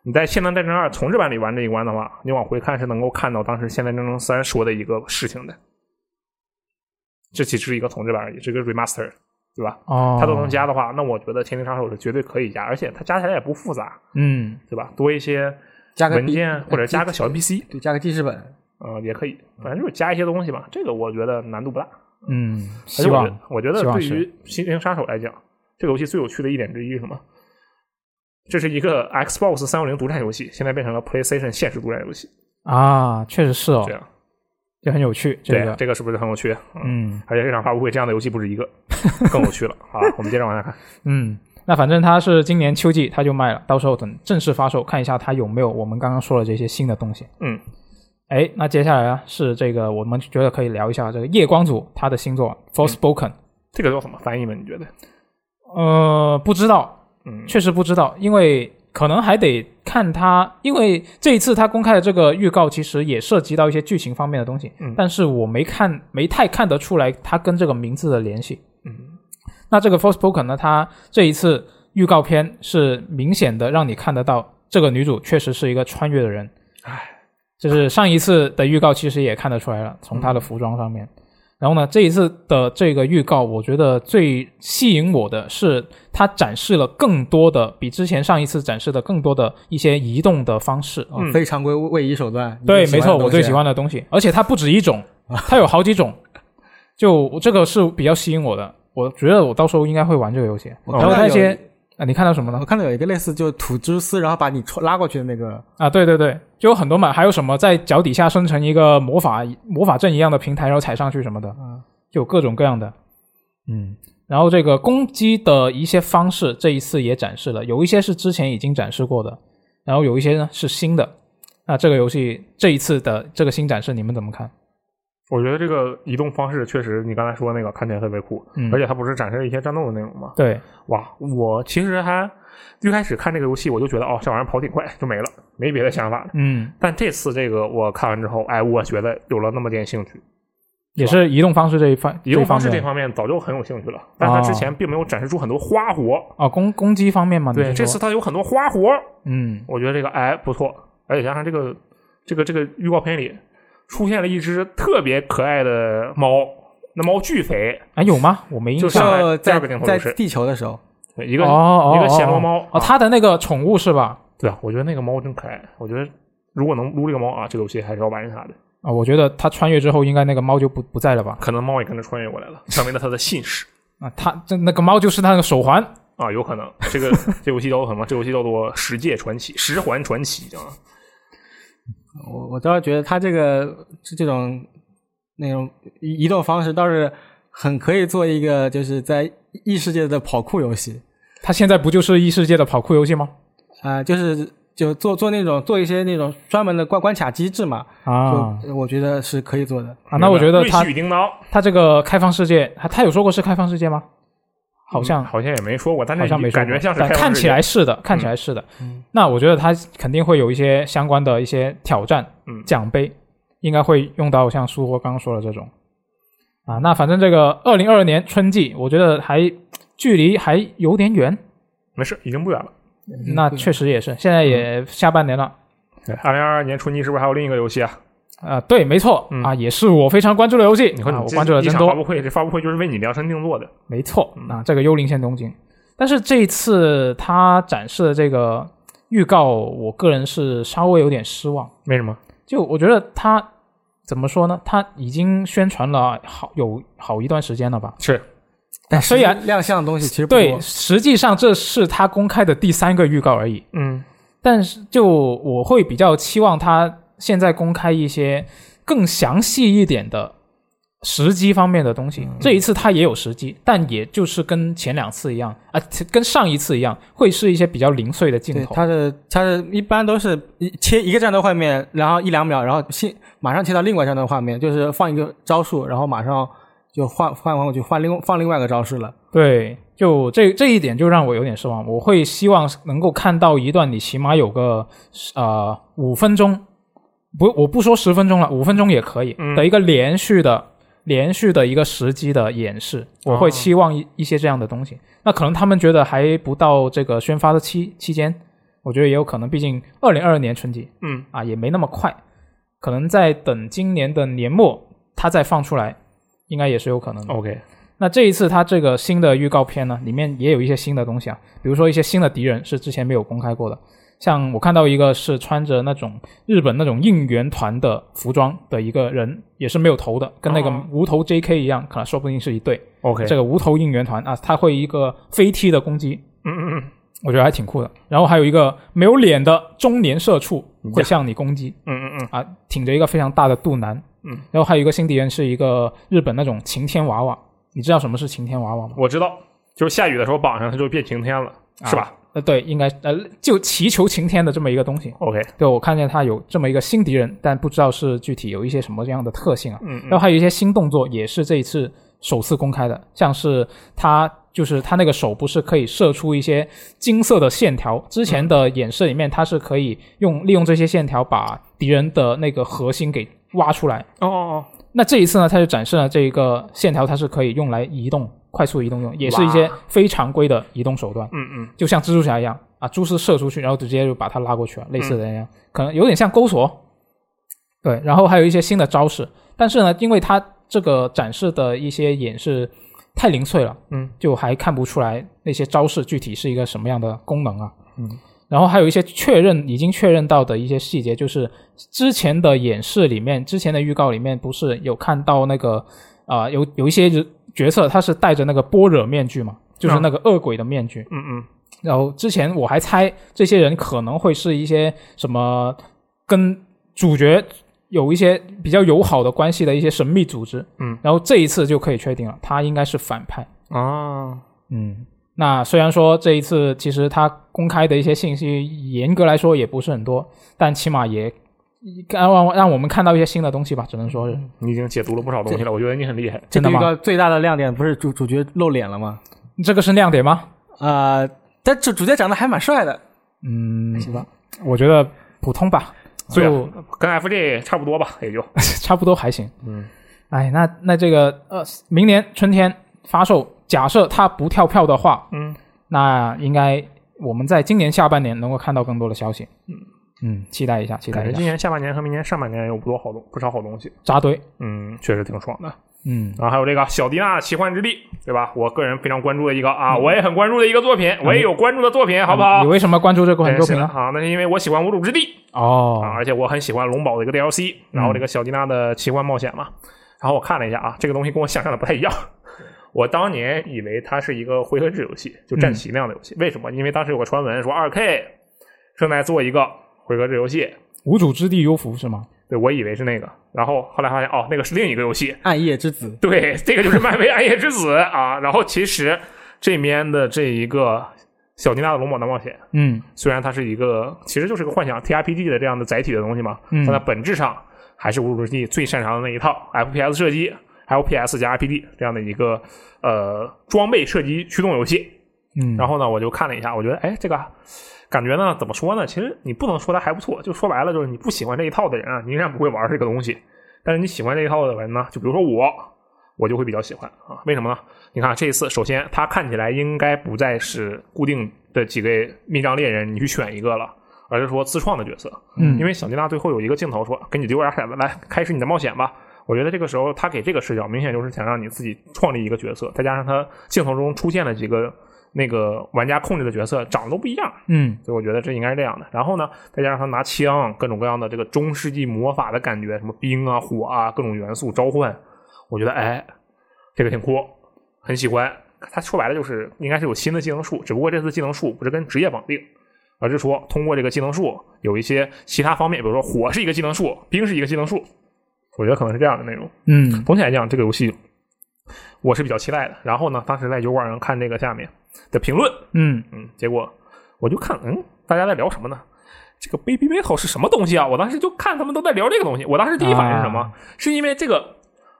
[SPEAKER 2] 你在《现代战争二》重置版里玩这一关的话，你往回看是能够看到当时《现代战争三》说的一个事情的。这只是一个重置版而已，这个 remaster 对吧？
[SPEAKER 1] 哦，
[SPEAKER 2] 它都能加的话，那我觉得《天灵杀手》是绝对可以加，而且它加起来也不复杂，
[SPEAKER 1] 嗯
[SPEAKER 2] 对吧？多一些
[SPEAKER 3] 加个
[SPEAKER 2] 文
[SPEAKER 3] 笔呃
[SPEAKER 2] 件或
[SPEAKER 1] 呃
[SPEAKER 2] 者加个小
[SPEAKER 3] 记
[SPEAKER 2] NPC，
[SPEAKER 3] 对，加个记事本。
[SPEAKER 2] 呃，也可以，反正就是加一些东西吧。这个我觉得难度不大。
[SPEAKER 1] 嗯，
[SPEAKER 2] 而
[SPEAKER 1] 希
[SPEAKER 2] 且我觉
[SPEAKER 1] 望
[SPEAKER 2] 得，我觉得
[SPEAKER 1] 希望
[SPEAKER 2] 对
[SPEAKER 1] 是
[SPEAKER 2] 于《心灵杀手》来讲，这个游戏最有趣的一点之一是什么？这是一个 Xbox 三六零独占游戏，现在变成了 PlayStation 现实独占游戏，
[SPEAKER 1] 啊，确实是哦
[SPEAKER 2] 这，样
[SPEAKER 1] 就很有趣这
[SPEAKER 2] 对
[SPEAKER 1] 个，
[SPEAKER 2] 这个是不是很有趣？
[SPEAKER 1] 嗯
[SPEAKER 2] 而且这场发布会这样的游戏不止
[SPEAKER 1] [laughs]
[SPEAKER 2] 一个，更有趣了啊！我们接着往下看。
[SPEAKER 1] 嗯。那反正它是今年秋季它就卖了，到时候等正式发售看一下它有没有我们刚刚说的这些新的东西。
[SPEAKER 2] 嗯，
[SPEAKER 1] 哎，那接下来啊是这个我们觉得可以聊一下这个夜光组他的新作《Forspoken》。
[SPEAKER 2] 嗯这个叫什么翻译呢？你觉得？
[SPEAKER 1] 呃，不知道，
[SPEAKER 2] 嗯
[SPEAKER 1] 确实不知道，因为可能还得看他，因为这一次他公开的这个预告其实也涉及到一些剧情方面的东西，
[SPEAKER 2] 嗯
[SPEAKER 1] 但是我没看，没太看得出来他跟这个名字的联系。
[SPEAKER 2] 嗯
[SPEAKER 1] 那这个 Forspoken 呢，它这一次预告片是明显的让你看得到，这个女主确实是一个穿越的人。
[SPEAKER 2] 唉，
[SPEAKER 1] 就是上一次的预告其实也看得出来了，从她的服装上面。然后呢，这一次的这个预告，我觉得最吸引我的是它展示了更多的，比之前上一次展示的更多的一些移动的方式啊。
[SPEAKER 2] 嗯
[SPEAKER 3] 非常规位移手段，你
[SPEAKER 1] 对，
[SPEAKER 3] 最
[SPEAKER 1] 没
[SPEAKER 3] 喜欢
[SPEAKER 1] 错，
[SPEAKER 3] 的
[SPEAKER 1] 我
[SPEAKER 3] 东
[SPEAKER 1] 最
[SPEAKER 3] 西啊
[SPEAKER 1] 喜欢的东西，而且它不止一
[SPEAKER 3] [laughs]
[SPEAKER 1] 种，它有好几种，就这个是比较吸引我的。我觉得我到时候应该会玩这个游戏。
[SPEAKER 3] 我
[SPEAKER 1] 然
[SPEAKER 3] 看
[SPEAKER 1] 后
[SPEAKER 3] 到
[SPEAKER 1] 那
[SPEAKER 3] 有
[SPEAKER 1] 些啊，你看到什么
[SPEAKER 3] 我
[SPEAKER 1] 呢？
[SPEAKER 3] 看到有一个类似就吐蛛丝，然后把你戳拉过去的那个，
[SPEAKER 1] 啊，对对对，就有很多嘛，还有什么在脚底下生成一个魔法魔法阵一样的平台，然后踩上去什么的，
[SPEAKER 3] 嗯
[SPEAKER 1] 就有各种各样的。嗯，然后这个攻击的一些方式，这一次也展示了，有一些是之前已经展示过的，然后有一些呢是新的。那这个游戏这一次的这个新展示，你们怎么看？
[SPEAKER 2] 我觉得这个移动方式确实，你刚才说那个看起来特别酷，
[SPEAKER 1] 嗯
[SPEAKER 2] 而且它不是展示了一些战斗的内容吗？
[SPEAKER 1] 对，
[SPEAKER 2] 哇，我其实还最开始看这个游戏，我就觉得哦，这玩意儿跑挺快，就没了，没别的想法了。
[SPEAKER 1] 嗯，
[SPEAKER 2] 但这次这个我看完之后，哎，我觉得有了那么点兴趣。
[SPEAKER 1] 也是移动方式这一方，
[SPEAKER 2] 移动方式这
[SPEAKER 1] 这
[SPEAKER 2] 方面哦早就很有兴趣了，但他之前并没有展示出很多花活。
[SPEAKER 1] 哦，攻攻击方面嘛，你
[SPEAKER 2] 对，
[SPEAKER 1] 是
[SPEAKER 2] 这
[SPEAKER 1] 说
[SPEAKER 2] 次他有很多花活，
[SPEAKER 1] 嗯
[SPEAKER 2] 我觉得这个哎不错，而且加上这个这个这个预告片里出现了一只特别可爱的猫，那猫巨肥，
[SPEAKER 1] 啊有吗？我没印
[SPEAKER 2] 就
[SPEAKER 1] 象
[SPEAKER 2] 上。来
[SPEAKER 3] 就
[SPEAKER 2] 第
[SPEAKER 3] 在
[SPEAKER 2] 二个镜头
[SPEAKER 3] 在
[SPEAKER 2] 就是
[SPEAKER 3] 地球的时候，
[SPEAKER 2] 一个、
[SPEAKER 1] 哦哦
[SPEAKER 2] 一个暹罗
[SPEAKER 1] 哦
[SPEAKER 2] 猫
[SPEAKER 1] 哦，
[SPEAKER 2] 啊
[SPEAKER 1] 他的那个宠物是吧？
[SPEAKER 2] 对啊，我觉得那个猫真可爱，我觉得。如果能撸这个猫啊，这个游戏还是要玩一下的。
[SPEAKER 1] 啊，我觉得他穿越之后，应该那个猫就不不在了吧？
[SPEAKER 2] 可能猫也跟着穿越过来了，成为了它的信使
[SPEAKER 1] 啊，他这那个猫就是他那个手环
[SPEAKER 2] [laughs] 啊，有 [laughs] 可能。这个这游戏叫做什么？这游戏叫做《十界传奇》《十环传奇》啊。
[SPEAKER 3] 我我倒是觉得他这个这这种那种移移动方式倒是很可以做一个就是在异世界的跑酷游戏
[SPEAKER 1] 他现在不就是异世界的跑酷游戏吗？
[SPEAKER 3] 啊、就是就做做那种做一些那种专门的关关卡机制嘛，
[SPEAKER 1] 啊
[SPEAKER 3] 就我觉得是可以做的。
[SPEAKER 1] 啊，那我觉得
[SPEAKER 2] 瑞
[SPEAKER 1] 他
[SPEAKER 2] 奇与叮当
[SPEAKER 1] 他这个开放世界，他他有说过是开放世界吗？好像、
[SPEAKER 2] 嗯好像也没说过，但
[SPEAKER 1] 好像没
[SPEAKER 2] 是
[SPEAKER 1] 说
[SPEAKER 2] 感
[SPEAKER 1] 过
[SPEAKER 2] 觉像是
[SPEAKER 1] 但
[SPEAKER 2] 开放
[SPEAKER 1] 看
[SPEAKER 2] 世
[SPEAKER 1] 起
[SPEAKER 2] 界嗯
[SPEAKER 1] 来是的，看起来是的。那我觉得他肯定会有一些相关的一些挑战，
[SPEAKER 2] 嗯
[SPEAKER 1] 奖杯应该会用到像苏霍刚刚说的这种啊。那反正这个二零二二年春季，我觉得还距离还有点远，
[SPEAKER 2] 没事，已经不远了。
[SPEAKER 1] 那确实也是，现在
[SPEAKER 2] 嗯
[SPEAKER 1] 也下半年了。
[SPEAKER 2] 二零二二年春季是不是还有另一个游戏啊？
[SPEAKER 1] 啊，对，没错、
[SPEAKER 2] 嗯
[SPEAKER 1] 啊，也是我非常关注的游戏。
[SPEAKER 2] 你看
[SPEAKER 1] 啊，
[SPEAKER 2] 你
[SPEAKER 1] 我
[SPEAKER 2] 这
[SPEAKER 1] 关注的
[SPEAKER 2] 一
[SPEAKER 1] 真
[SPEAKER 2] 场
[SPEAKER 1] 多
[SPEAKER 2] 发。布嗯会，这发布会就是为你量身定做的。
[SPEAKER 1] 没错，啊，这个《幽灵线：东京》，但是这一次他展示的这个预告，我个人是稍微有点失望。
[SPEAKER 2] 为什么？
[SPEAKER 1] 就我觉得他怎么说呢？他已经宣传了好有好一段时间了吧？
[SPEAKER 2] 是
[SPEAKER 3] 但
[SPEAKER 1] 虽然
[SPEAKER 3] 实际亮相的东西其实不
[SPEAKER 1] 对，
[SPEAKER 3] 多，
[SPEAKER 1] 实际上这是他公开的第三个预告而已。
[SPEAKER 2] 嗯
[SPEAKER 1] 但是就我会比较期望他现在公开一些更详细一点的时机方面的东西。这一次他也有时机，但也就是跟前两次一样啊，跟上一次一样，会是一些比较零碎的镜
[SPEAKER 3] 对，
[SPEAKER 1] 头。
[SPEAKER 3] 它的它的一般都是一切一个战斗画面，然后一两秒，然后现马上切到另外战斗画面，就是放一个招数，然后马上就换换换过去，换另放另外一个招式了。
[SPEAKER 1] 对，就这这一点就让我有点失望。我会希望能够看到一段，你起码有个呃五分钟，不，我不说十分钟了，五分钟也可以、
[SPEAKER 2] 嗯
[SPEAKER 1] 的一个连续的、连续的一个时机的演示。我
[SPEAKER 2] 哦
[SPEAKER 1] 会期望一一些这样的东西。那可能他们觉得还不到这个宣发的期期间，我觉得也有可能，毕竟二零二二年春季
[SPEAKER 2] 嗯，
[SPEAKER 1] 啊也没那么快，可能在等今年的年末它再放出来，应该也是有可能的。
[SPEAKER 2] OK，
[SPEAKER 1] 那这一次它这个新的预告片呢，里面也有一些新的东西啊，比如说一些新的敌人是之前没有公开过的，像我看到一个是穿着那种日本那种应援团的服装的一个人，也是没有头的，跟那个
[SPEAKER 2] 哦
[SPEAKER 1] 无头 J.K. 一样，可能说不定是一对。
[SPEAKER 2] OK，
[SPEAKER 1] 这个无头应援团啊，他会一个飞踢的攻击，
[SPEAKER 2] 嗯嗯
[SPEAKER 1] 我觉得还挺酷的。然后还有一个没有脸的中年社畜会向你攻击，
[SPEAKER 2] 嗯嗯嗯
[SPEAKER 1] 啊，挺着一个非常大的肚腩。
[SPEAKER 2] 嗯，
[SPEAKER 1] 然后还有一个新敌人是一个日本那种晴天娃娃，你知道什么是晴天娃娃吗？
[SPEAKER 2] 我知道，就是下雨的时候绑上它就变晴天了，
[SPEAKER 1] 啊
[SPEAKER 2] 是吧
[SPEAKER 1] 呃，对，应该呃，就祈求晴天的这么一个东西。
[SPEAKER 2] ？OK，
[SPEAKER 1] 对，我看见它有这么一个新敌人，但不知道是具体有一些什么样的特性啊。
[SPEAKER 2] 嗯
[SPEAKER 1] 然后
[SPEAKER 2] 嗯
[SPEAKER 1] 还有一些新动作，也是这一次首次公开的，像是他就是他那个手不是可以射出一些金色的线条？之前的演示里面，他是可以用利用这些线条把敌人的那个核心给挖出来。
[SPEAKER 2] 哦哦哦，
[SPEAKER 1] 那这一次呢，它就展示了这一个线条，它是可以用来移动、快速移动用，也是一些
[SPEAKER 2] 哇
[SPEAKER 1] 非常规的移动手段。
[SPEAKER 2] 嗯嗯
[SPEAKER 1] 就像蜘蛛侠一样啊，蛛丝射出去，然后直接就把它拉过去了，类似的那样，可能有点像钩锁。对，然后还有一些新的招式，但是呢，因为它这个展示的一些演示太零碎了，
[SPEAKER 2] 嗯，
[SPEAKER 1] 就还看不出来那些招式具体是一个什么样的功能啊。
[SPEAKER 2] 嗯，
[SPEAKER 1] 然后还有一些确认已经确认到的一些细节，就是之前的演示里面，之前的预告里面不是有看到那个啊、呃有有一些人角色他是戴着那个般若面具嘛，就是
[SPEAKER 2] 嗯
[SPEAKER 1] 那个恶鬼的面具。
[SPEAKER 2] 嗯嗯
[SPEAKER 1] 然后之前我还猜这些人可能会是一些什么跟主角有一些比较友好的关系的一些神秘组织，
[SPEAKER 2] 嗯，
[SPEAKER 1] 然后这一次就可以确定了，他应该是反派，
[SPEAKER 2] 啊，
[SPEAKER 1] 嗯。那虽然说这一次其实他公开的一些信息，严格来说也不是很多，但起码也让让让我们看到一些新的东西吧，只能说是
[SPEAKER 2] 你已经解读了不少东西了，我觉得你很厉害。
[SPEAKER 3] 这
[SPEAKER 1] 真的
[SPEAKER 3] 个预
[SPEAKER 1] 吗？
[SPEAKER 3] 告最大的亮点不是主主角露脸了吗？
[SPEAKER 1] 这个是亮点吗？
[SPEAKER 3] 呃，但主主角长得还蛮帅的，
[SPEAKER 1] 嗯，
[SPEAKER 3] 行吧？
[SPEAKER 1] 我觉得普通吧，
[SPEAKER 2] 对啊
[SPEAKER 1] 就
[SPEAKER 2] 跟 FJ 差不多吧，也就
[SPEAKER 1] 差不多还行。
[SPEAKER 2] 嗯，
[SPEAKER 1] 哎，那那这个呃，明年春天发售，假设它不跳票的话，
[SPEAKER 2] 嗯，
[SPEAKER 1] 那应该我们在今年下半年能够看到更多的消息。嗯嗯，期待一下，期
[SPEAKER 2] 感
[SPEAKER 1] 待
[SPEAKER 2] 觉
[SPEAKER 1] 一
[SPEAKER 2] 今
[SPEAKER 1] 下，
[SPEAKER 2] 年下半年和明年上半年有不多好东不少好东西，
[SPEAKER 1] 扎堆。
[SPEAKER 2] 嗯，确实挺爽的。
[SPEAKER 1] 嗯，
[SPEAKER 2] 然后还有这个小迪娜奇幻之地，对吧？我个人非常关注的一个啊，我也很关注的一个作品，我也有关注的作品，好不好
[SPEAKER 1] 你？为什么关注这款
[SPEAKER 2] 哎
[SPEAKER 1] 作
[SPEAKER 2] 是
[SPEAKER 1] 品
[SPEAKER 2] 的
[SPEAKER 1] 呢？
[SPEAKER 2] 啊，那是因为我喜欢无主之地
[SPEAKER 1] 哦
[SPEAKER 2] 啊，，而且我很喜欢龙宝的一个 DLC，然后这个小迪娜的奇幻冒险嘛。然后我看了一下啊，这个东西跟我想象的不太一样。我当年以为它是一个回合制游戏，就战棋那样的游戏。为什么？因为当时有个传闻说，二 K 正在做一个回合制游戏，
[SPEAKER 1] 无主之地幽浮是吗？
[SPEAKER 2] 对我以为是那个，然后后来发现哦，那个是另一个游戏，
[SPEAKER 3] 暗夜之子。
[SPEAKER 2] 对， [laughs] 这个就是漫威暗夜之子啊。然后其实这边的这一个小吉娜的龙宝大冒险，
[SPEAKER 1] 嗯
[SPEAKER 2] 虽然它是一个其实就是个幻想 TRPG 的这样的载体的东西嘛，
[SPEAKER 1] 嗯
[SPEAKER 2] 但它本质上还是《无主之地》最擅长的那一套 FPS 射击、LPS 加 RPG 这样的一个呃装备射击驱动游戏。
[SPEAKER 1] 嗯，
[SPEAKER 2] 然后呢，我就看了一下，我觉得哎，这个感觉呢，怎么说呢？其实你不能说它还不错，就说白了，就是你不喜欢这一套的人啊，你依然不会玩这个东西。但是你喜欢这一套的人呢，就比如说我，我就会比较喜欢啊。为什么呢？你看这一次，首先它看起来应该不再是固定的几位密章猎人，你去选一个了。而是说自创的角色，
[SPEAKER 1] 嗯
[SPEAKER 2] 因为小吉娜最后有一个镜头说：“给你丢俩骰子，来开始你的冒险吧。”我觉得这个时候他给这个视角，明显就是想让你自己创立一个角色，再加上他镜头中出现了几个那个玩家控制的角色长得都不一样，
[SPEAKER 1] 嗯
[SPEAKER 2] 所以我觉得这应该是这样的。然后呢，再加上他拿枪，各种各样的这个中世纪魔法的感觉，什么冰啊、火啊，各种元素召唤，我觉得哎，这个挺酷，很喜欢。他说白了就是应该是有新的技能树，只不过这次技能树不是跟职业绑定，而是说通过这个技能树有一些其他方面，比如说火是一个技能树，冰是一个技能树，我觉得可能是这样的内容。
[SPEAKER 1] 嗯
[SPEAKER 2] 总体来讲，这个游戏我是比较期待的。然后呢，当时在油管上看这个下面的评论，
[SPEAKER 1] 嗯，
[SPEAKER 2] 嗯，结果我就看，嗯，大家在聊什么呢？这个 baby metal 是什么东西啊？我当时就看他们都在聊这个东西，我当时第一反应是什么？
[SPEAKER 1] 啊
[SPEAKER 2] 是因为这个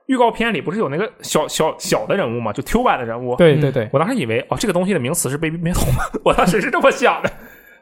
[SPEAKER 2] 预告片里不是有那个小小小的人物嘛，就 Q 版的人物，
[SPEAKER 1] 对对对，
[SPEAKER 2] 我当时以为哦，这个东西的名词是 baby metal 吗？ [laughs] 我当时是这么想的，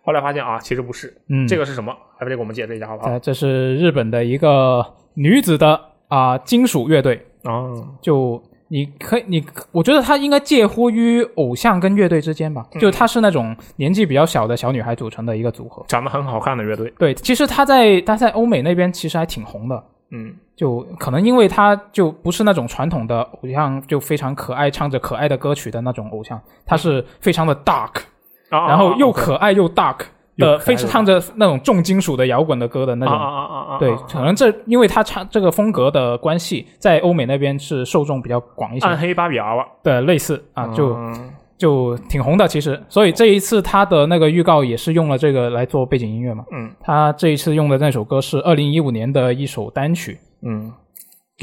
[SPEAKER 2] 后来发现啊，其实不是。
[SPEAKER 1] 嗯，
[SPEAKER 2] 这个是什么？还不得给我们解释一下好不好？
[SPEAKER 1] 呃，这是日本的一个女子的啊、金属乐队，
[SPEAKER 2] 啊，
[SPEAKER 1] 就你可以，你我觉得她应该介乎于偶像跟乐队之间吧，
[SPEAKER 2] 嗯
[SPEAKER 1] 就她是那种年纪比较小的小女孩组成的一个组合。
[SPEAKER 2] 长得很好看的乐队，
[SPEAKER 1] 对，其实她在她在欧美那边其实还挺红的，
[SPEAKER 2] 嗯，
[SPEAKER 1] 就可能因为她就不是那种传统的偶像，就非常可爱，唱着可爱的歌曲的那种偶像，她是非常的 dark，
[SPEAKER 2] 啊
[SPEAKER 1] 然后又
[SPEAKER 2] 啊
[SPEAKER 1] 可爱又 dark
[SPEAKER 2] 又可爱
[SPEAKER 1] 的，
[SPEAKER 2] 又
[SPEAKER 1] 非常唱着那种重金属的摇滚的歌的那
[SPEAKER 2] 啊
[SPEAKER 1] 种
[SPEAKER 2] 啊啊啊啊，啊
[SPEAKER 1] 对，可能这因为他唱这个风格的关系，在欧美那边是受众比较广一些
[SPEAKER 2] 暗黑芭比娃娃
[SPEAKER 1] 的，类似啊，就
[SPEAKER 2] 嗯
[SPEAKER 1] 就挺红的其实。所以这一次他的那个预告也是用了这个来做背景音乐嘛。
[SPEAKER 2] 嗯
[SPEAKER 1] 他这一次用的那首歌是二零一五年的一首单曲
[SPEAKER 2] 嗯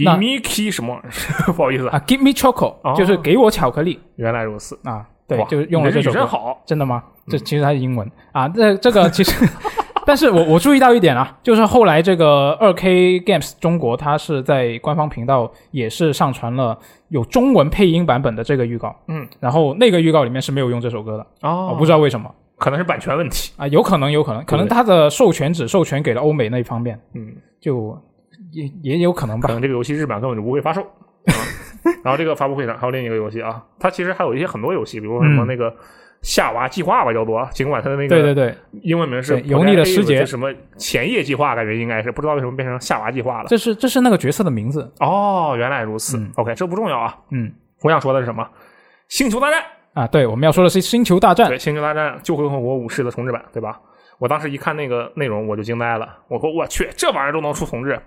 [SPEAKER 1] 那
[SPEAKER 2] ，Give me key 什么 [laughs] 玩意儿？不好意思啊，
[SPEAKER 1] 啊，Give Me Choco，、
[SPEAKER 2] 哦
[SPEAKER 1] 就是给我巧克力
[SPEAKER 2] 原来如此。
[SPEAKER 1] 啊，对
[SPEAKER 2] 哇，
[SPEAKER 1] 就用了
[SPEAKER 2] 你
[SPEAKER 1] 这
[SPEAKER 2] 这
[SPEAKER 1] 首
[SPEAKER 2] 语真
[SPEAKER 1] 歌。
[SPEAKER 2] 好，嗯
[SPEAKER 1] 真的吗？这其实它是英文、啊。这这个其实， [laughs] 但是我我注意到一点啊，就是后来这个二 K Games 中国，它是在官方频道也是上传了有中文配音版本的这个预告，
[SPEAKER 2] 嗯，
[SPEAKER 1] 然后那个预告里面是没有用这首歌的，
[SPEAKER 2] 哦
[SPEAKER 1] 我不知道为什么
[SPEAKER 2] 可能是版权问题。
[SPEAKER 1] 啊，有可能有可能，可能它的授权只授权给了欧美那一方面，
[SPEAKER 2] 嗯，
[SPEAKER 1] 就也也有可能
[SPEAKER 2] 可
[SPEAKER 1] 吧。
[SPEAKER 2] 能这个游戏日版根本就不会发售。啊然后这个发布会上还有另一个游戏啊，它其实还有一些很多游戏，比如说什么
[SPEAKER 1] 嗯
[SPEAKER 2] 那个夏娃计划吧，叫做，啊尽管它的那
[SPEAKER 1] 对对
[SPEAKER 2] 个
[SPEAKER 1] 对，
[SPEAKER 2] 英文名是
[SPEAKER 1] 对油腻的师姐
[SPEAKER 2] Potato Eve 什么前夜计划，感觉应该是不知道为什么变成夏娃计划了。
[SPEAKER 1] 这是这是那个角色的名字，
[SPEAKER 2] 哦，原来如此
[SPEAKER 1] 嗯。
[SPEAKER 2] OK，这不重要啊，
[SPEAKER 1] 嗯
[SPEAKER 2] 我想说的是什么？星球大战。
[SPEAKER 1] 啊，对，我们要说的是《星球大战》
[SPEAKER 2] 对《星球大战：旧共和国武士》的重置版，对吧？我当时一看那个内容，我就惊呆了。我说我去，这玩意儿都能出重置！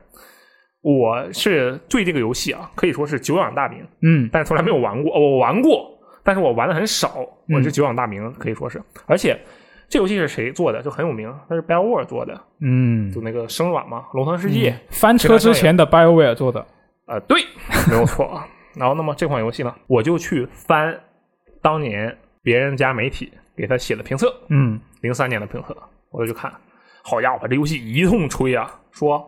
[SPEAKER 2] 我是对这个游戏啊，可以说是久仰大名，
[SPEAKER 1] 嗯
[SPEAKER 2] 但是从来没有玩过。哦我玩过，但是我玩的很少，我是久仰大名，可以说是。而且这游戏是谁做的？就很有名，它是 BioWare 做的，
[SPEAKER 1] 嗯
[SPEAKER 2] 就，那个生软嘛，《龙腾世纪》
[SPEAKER 1] 翻车之前的 BioWare 做的，
[SPEAKER 2] 啊、对，没有错。啊。然后，那么这款游戏呢，我就去翻当年别人家媒体给他写的评测，
[SPEAKER 1] 嗯
[SPEAKER 2] 零三年的评测，我就去看。好家伙，这游戏一通吹啊，说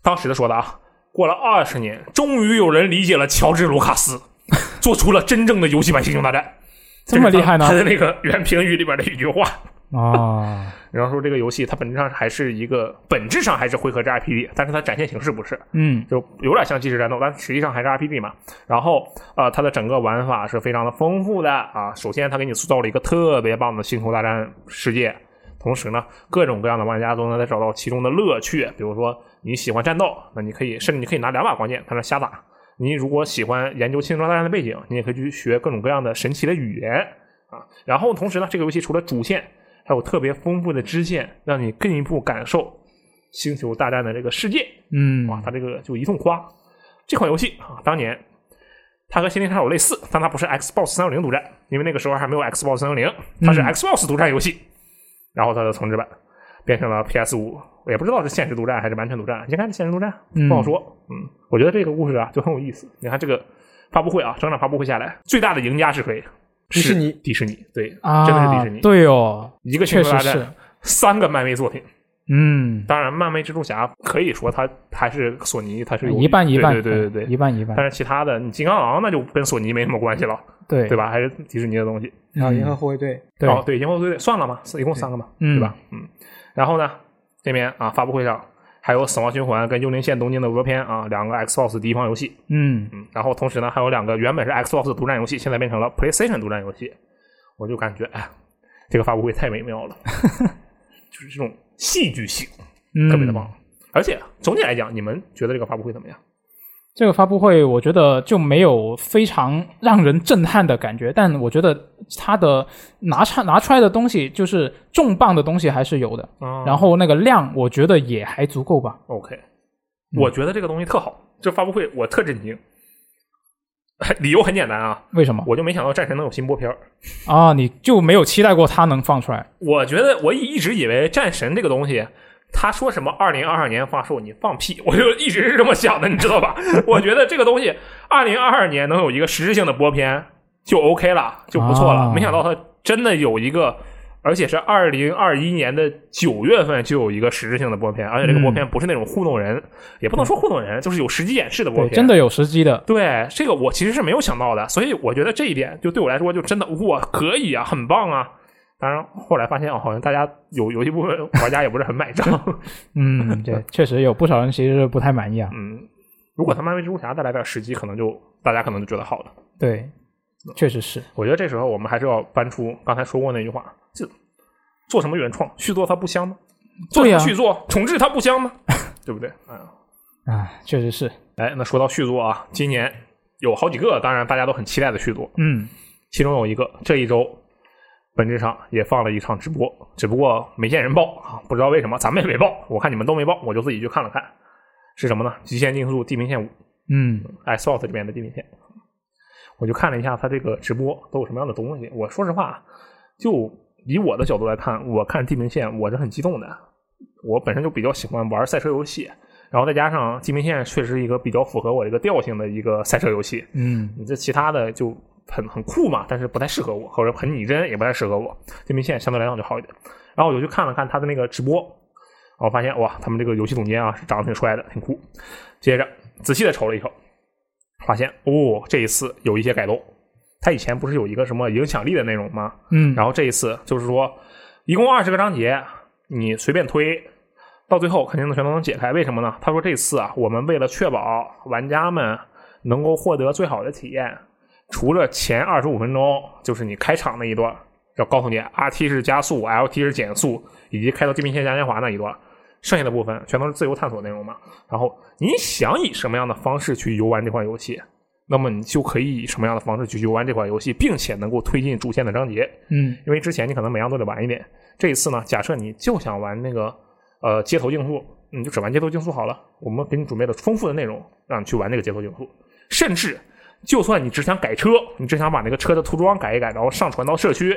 [SPEAKER 2] 当时的说的啊，过了二十年，终于有人理解了乔治·卢卡斯，做出了真正的游戏版《星球大战》，
[SPEAKER 1] [laughs] 这么厉害呢
[SPEAKER 2] 这是他的那个原评语里边的一句话。
[SPEAKER 1] 啊。
[SPEAKER 2] 然后说这个游戏它本质上还是一个本质上还是回合制 RPG，但是它展现形式不是，
[SPEAKER 1] 嗯
[SPEAKER 2] 就有点像即时战斗，但实际上还是 RPG 嘛。然后呃，它的整个玩法是非常的丰富的啊。首先，它给你塑造了一个特别棒的星球大战世界，同时呢，各种各样的玩家都能在找到其中的乐趣。比如说你喜欢战斗，那你可以甚至你可以拿两把光剑在那瞎打。你如果喜欢研究星球大战的背景，你也可以去学各种各样的神奇的语言啊。然后同时呢，这个游戏除了主线，还有特别丰富的支线，让你更一步感受星球大战的这个世界。
[SPEAKER 1] 嗯，
[SPEAKER 2] 哇，他啊这个就一通夸。这款游戏啊，当年它和《仙境杀手》类似，但它不是 Xbox 三六零独占，因为那个时候还没有 Xbox 三六零，它是
[SPEAKER 1] 嗯
[SPEAKER 2] Xbox 独占游戏。然后它的重置版变成了 PS 五，我也不知道是限时独占还是完全独占，应该是限时独占，
[SPEAKER 1] 嗯
[SPEAKER 2] 不好说。嗯，我觉得这个故事啊就很有意思。你看这个发布会啊，整场发布会下来，最大的赢家是谁？
[SPEAKER 3] 迪士尼
[SPEAKER 2] 是迪士尼，对，
[SPEAKER 1] 啊，
[SPEAKER 2] 真的是迪士尼，
[SPEAKER 1] 对哦，
[SPEAKER 2] 一个
[SPEAKER 1] 确
[SPEAKER 2] 星球
[SPEAKER 1] 实
[SPEAKER 2] 大
[SPEAKER 1] 是
[SPEAKER 2] 战，，三个漫威作品。
[SPEAKER 1] 嗯，
[SPEAKER 2] 当然，漫威蜘蛛侠可以说它还是索尼，它是有
[SPEAKER 1] 一半一半，嗯
[SPEAKER 2] 对对对对
[SPEAKER 1] 一
[SPEAKER 2] 对。
[SPEAKER 1] 半一
[SPEAKER 2] 但
[SPEAKER 1] 半，
[SPEAKER 2] 是其他的，你金刚狼那就跟索尼没什么关系了，
[SPEAKER 1] 对
[SPEAKER 2] 对？吧？还是迪士尼的东西。
[SPEAKER 3] 然后
[SPEAKER 1] 嗯
[SPEAKER 3] 银河护卫队，
[SPEAKER 1] 对，
[SPEAKER 2] 哦，对，银河护卫队算了嘛，一共三个嘛，
[SPEAKER 1] 嗯
[SPEAKER 2] 对吧？嗯。然后呢，这边啊，发布会上还有《死亡循环》跟《幽灵线：东京的俄篇》啊，两个 Xbox 第一方游戏。
[SPEAKER 1] 嗯
[SPEAKER 2] 嗯。然后同时呢，还有两个原本是 Xbox 独占游戏，现在变成了 PlayStation 独占游戏。我就感觉，哎，这个发布会太美
[SPEAKER 1] [laughs]
[SPEAKER 2] 妙了，就是这种戏剧性。
[SPEAKER 1] 嗯，
[SPEAKER 2] 特别的棒。而且总体来讲，你们觉得这个发布会怎么样？
[SPEAKER 1] 这个发布会我觉得就没有非常让人震撼的感觉，但我觉得它的拿出拿出来的东西就是重磅的东西还是有的，
[SPEAKER 2] 啊
[SPEAKER 1] 然后那个量我觉得也还足够吧。
[SPEAKER 2] OK，我觉得这个东西特好，这发布会我特震惊。 [laughs] 理由很简单啊，
[SPEAKER 1] 为什么
[SPEAKER 2] 我就没想到战神能有新播片儿。
[SPEAKER 1] 啊？你就没有期待过它能放出来？
[SPEAKER 2] 我觉得我一直以为战神这个东西，他说什么二零二二年发售，你放屁， [laughs] 我就一直是这么想的，你知道吧？我觉得这个东西二零二二年能有一个实质性的播片就 OK 了，就不错了。
[SPEAKER 1] 啊
[SPEAKER 2] 没想到他真的有一个，而且是二零二一年的九月份就有一个实质性的播片，而且这个播片不是那种糊弄人，也不能说糊弄人，就是有实际演示的播
[SPEAKER 1] 对，
[SPEAKER 2] 片，
[SPEAKER 1] 真的有时机的。
[SPEAKER 2] 对这个我其实是没有想到的，所以我觉得这一点就对我来说就真的哇可以啊，很棒啊。当然后来发现哦，好像大家有有一部分玩家也不是很买
[SPEAKER 1] [laughs]
[SPEAKER 2] 账。 [laughs]
[SPEAKER 1] 嗯，对，确实有不少人其实是不太满意啊。
[SPEAKER 2] 嗯，如果他漫威蜘蛛侠再来点时机，可能就大家可能就觉得好了。
[SPEAKER 1] 对，
[SPEAKER 2] 嗯
[SPEAKER 1] 确实是。
[SPEAKER 2] 我觉得这时候我们还是要搬出刚才说过那句话，就做什么原创续作它不香吗？做
[SPEAKER 1] 对
[SPEAKER 2] 什么
[SPEAKER 1] 呀
[SPEAKER 2] 续作、重置它不香吗？对不对？嗯，
[SPEAKER 1] 啊，确实是。
[SPEAKER 2] 哎，那说到续作啊，今年有好几个，当然大家都很期待的续作，
[SPEAKER 1] 嗯，
[SPEAKER 2] 其中有一个这一周本质上也放了一场直播，只不过没见人报啊，不知道为什么咱们也没报，我看你们都没报，我就自己去看了看，是什么呢？《极限竞速：地平线五
[SPEAKER 1] 嗯，》
[SPEAKER 2] ，Xbox 这边的地平线，我就看了一下他这个直播都有什么样的东西。我说实话，就以我的角度来看，我看地平线我是很激动的，我本身就比较喜欢玩赛车游戏。然后再加上《地平线》确实是一个比较符合我这个调性的一个赛车游戏，
[SPEAKER 1] 嗯，
[SPEAKER 2] 你这其他的就很很酷嘛，但是不太适合我，或者很拟真也不太适合我。地平线相对来讲就好一点。然后我就去看了看他的那个直播，我发现哇，他们这个游戏总监啊是长得挺帅的，挺酷。接着仔细的瞅了一瞅，发现哦，这一次有一些改动。他以前不是有一个什么影响力的内容吗？
[SPEAKER 1] 嗯，
[SPEAKER 2] 然
[SPEAKER 1] 后
[SPEAKER 2] 后这一次就是说，一共二十个章节，你随便推，到最后肯定能全都能解开。为什么呢？他说这次啊，我们为了确保玩家们能够获得最好的体验，除了前二十五分钟，就是你开场那一段，要告诉你 R T 是加速，L T 是减速，以及开到地平线嘉年华那一段。剩下的部分全都是自由探索内容嘛，然后你想以什么样的方式去游玩这款游戏，那么你就可以以什么样的方式去游玩这款游戏，并且能够推进主线的章节。
[SPEAKER 1] 嗯
[SPEAKER 2] 因为之前你可能每样都得玩一点。这一次呢，假设你就想玩那个呃街头竞速，你就只玩街头竞速好了。我们给你准备了丰富的内容，让你去玩那个街头竞速。甚至就算你只想改车，你只想把那个车的涂装改一改，然后上传到社区，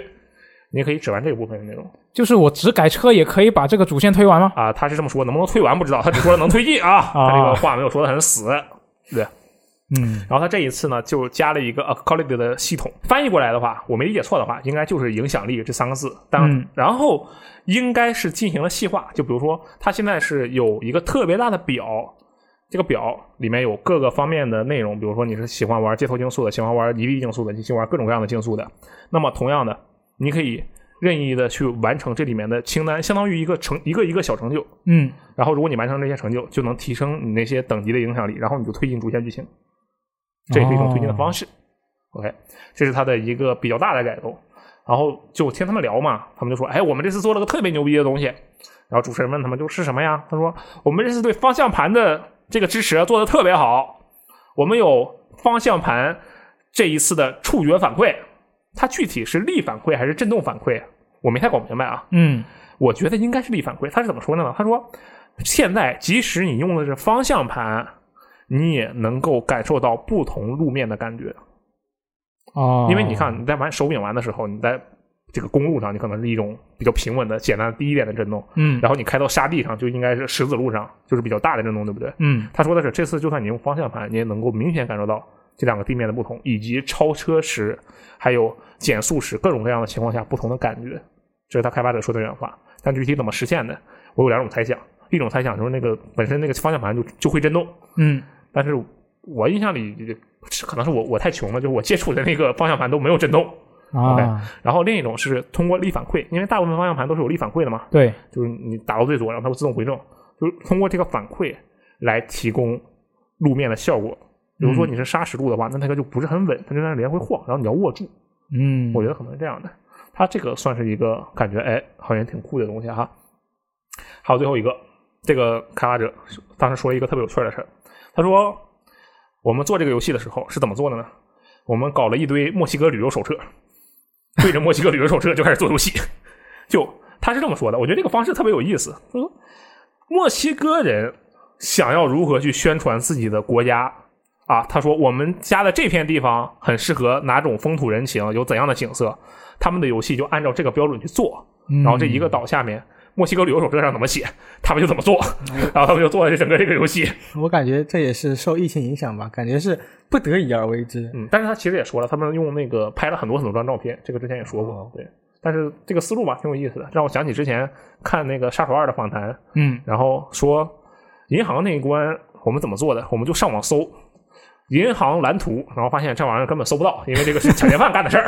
[SPEAKER 2] 你也可以只玩这部分的内容
[SPEAKER 1] 就是我只改车也可以把这个主线推完吗？
[SPEAKER 2] 啊、他是这么说，能不能推完不知道，他只说了能推进啊，他这个话没有说的很死。对，
[SPEAKER 1] 嗯
[SPEAKER 2] 然后他这一次呢，就加了一个呃 accolade 的系统，翻译过来的话，我没理解错的话，应该就是影响力这三个字。但、
[SPEAKER 1] 嗯
[SPEAKER 2] 然后应该是进行了细化，就比如说，他现在是有一个特别大的表，这个表里面有各个方面的内容，比如说你是喜欢玩街头竞速的，喜欢玩一地竞速的，你喜欢玩各种各样的竞速的。那么同样的，你可以任意的去完成这里面的清单，相当于一个成一个一个小成就。
[SPEAKER 1] 嗯，
[SPEAKER 2] 然后如果你完成这些成就，就能提升你那些等级的影响力，然后你就推进主线剧情，这也是一种推进的方式。OK，这是它的一个比较大的改动。然后就听他们聊嘛，他们就说：“哎，我们这次做了个特别牛逼的东西。”然后主持人问他们：“就是什么呀？”他说：“我们这次对方向盘的这个支持做的特别好，我们有方向盘这一次的触觉反馈，它具体是力反馈还是震动反馈，啊我没太搞明白啊。
[SPEAKER 1] 嗯
[SPEAKER 2] 我觉得应该是力反馈。他是怎么说的呢？他说，现在即使你用的是方向盘，你也能够感受到不同路面的感觉。
[SPEAKER 1] 哦，
[SPEAKER 2] 因为你看你在玩手柄玩的时候，你在这个公路上，你可能是一种比较平稳的、简单、低一点的震动，
[SPEAKER 1] 嗯，
[SPEAKER 2] 然后你开到沙地上，就应该是石子路上，就是比较大的震动，对不对？
[SPEAKER 1] 嗯
[SPEAKER 2] 他说的是，这次就算你用方向盘，你也能够明显感受到这两个地面的不同，以及超车时、还有减速时各种各样的情况下不同的感觉。这是他开发者说的原话。但具体怎么实现的，我有两种猜想。一种猜想就是那个本身那个方向盘就就会震动，
[SPEAKER 1] 嗯
[SPEAKER 2] 但是我印象里可能是我我太穷了，就是我接触的那个方向盘都没有震动。
[SPEAKER 1] 啊，
[SPEAKER 2] 然后另一种是通过力反馈，因为大部分方向盘都是有力反馈的嘛，
[SPEAKER 1] 对，
[SPEAKER 2] 就是你打到最左，然后它会自动回正，就是通过这个反馈来提供路面的效果。比如说你是砂石路的话，那它就不是很稳，它就在那来回晃，然后你要握住。
[SPEAKER 1] 嗯，
[SPEAKER 2] 我觉得可能是这样的。它这个算是一个感觉，哎，好像挺酷的东西啊哈。还有最后一个，这个开发者当时说了一个特别有趣儿的事儿，他说我们做这个游戏的时候是怎么做的呢？我们搞了一堆墨西哥旅游手册，对着墨西哥旅游手册就开始做游戏。就他是这么说的，我觉得这个方式特别有意思。他说，墨西哥人想要如何去宣传自己的国家啊？他说，我们家的这片地方很适合哪种风土人情，有怎样的景色，他们的游戏就按照这个标准去做。
[SPEAKER 1] 嗯
[SPEAKER 2] 然后这一个岛下面，墨西哥旅游手册上怎么写，他们就怎么做， [laughs] 然后他们就做了这整个这个游戏。
[SPEAKER 3] 我感觉这也是受疫情影响吧，感觉是不得已而为之。
[SPEAKER 2] 嗯，但是他其实也说了，他们用那个拍了很多很多张照片，这个之前也说过，对。但是这个思路吧，挺有意思的，让我想起之前看那个《杀手二》的访谈，
[SPEAKER 1] 嗯，
[SPEAKER 2] 然后说银行那一关我们怎么做的，我们就上网搜银行蓝图，然后发现这玩意儿根本搜不到，因为这个是抢劫犯干的事儿，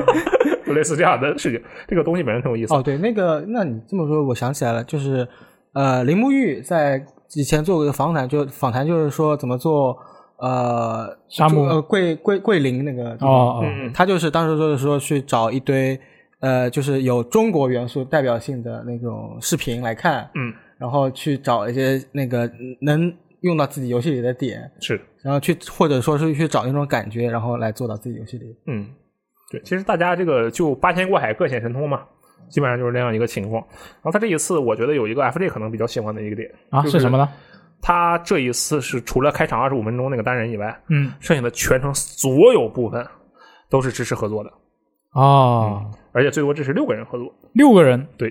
[SPEAKER 2] [laughs] 就类似这样的事情。这个东西本身挺有意思，
[SPEAKER 3] 哦，对，那个，那你这么说，我想起来了，就是呃，铃木玉在以前做过一个访谈，就访谈就是说怎么做呃
[SPEAKER 1] 沙漠
[SPEAKER 3] 就呃桂桂桂林那个地方
[SPEAKER 1] 哦哦，
[SPEAKER 2] 嗯，
[SPEAKER 3] 他就是当时就是说去找一堆呃，就是有中国元素代表性的那种视频来看，
[SPEAKER 2] 嗯，
[SPEAKER 3] 然后去找一些那个能用到自己游戏里的点，
[SPEAKER 2] 是，
[SPEAKER 3] 然后去或者说是去找那种感觉，然后来做到自己游戏里。
[SPEAKER 2] 嗯，对，其实大家这个就八仙过海各显神通嘛，基本上就是那样一个情况。然后他这一次，我觉得有一个 FJ 可能比较喜欢的一个点
[SPEAKER 1] 啊
[SPEAKER 2] 就是
[SPEAKER 1] 什么呢？
[SPEAKER 2] 他这一次是除了开场二十五分钟那个单人以外，
[SPEAKER 1] 嗯，
[SPEAKER 2] 剩下的全程所有部分都是支持合作的，
[SPEAKER 1] 哦，
[SPEAKER 2] 而且最多支持六个人合作。
[SPEAKER 1] 六个人，
[SPEAKER 2] 对，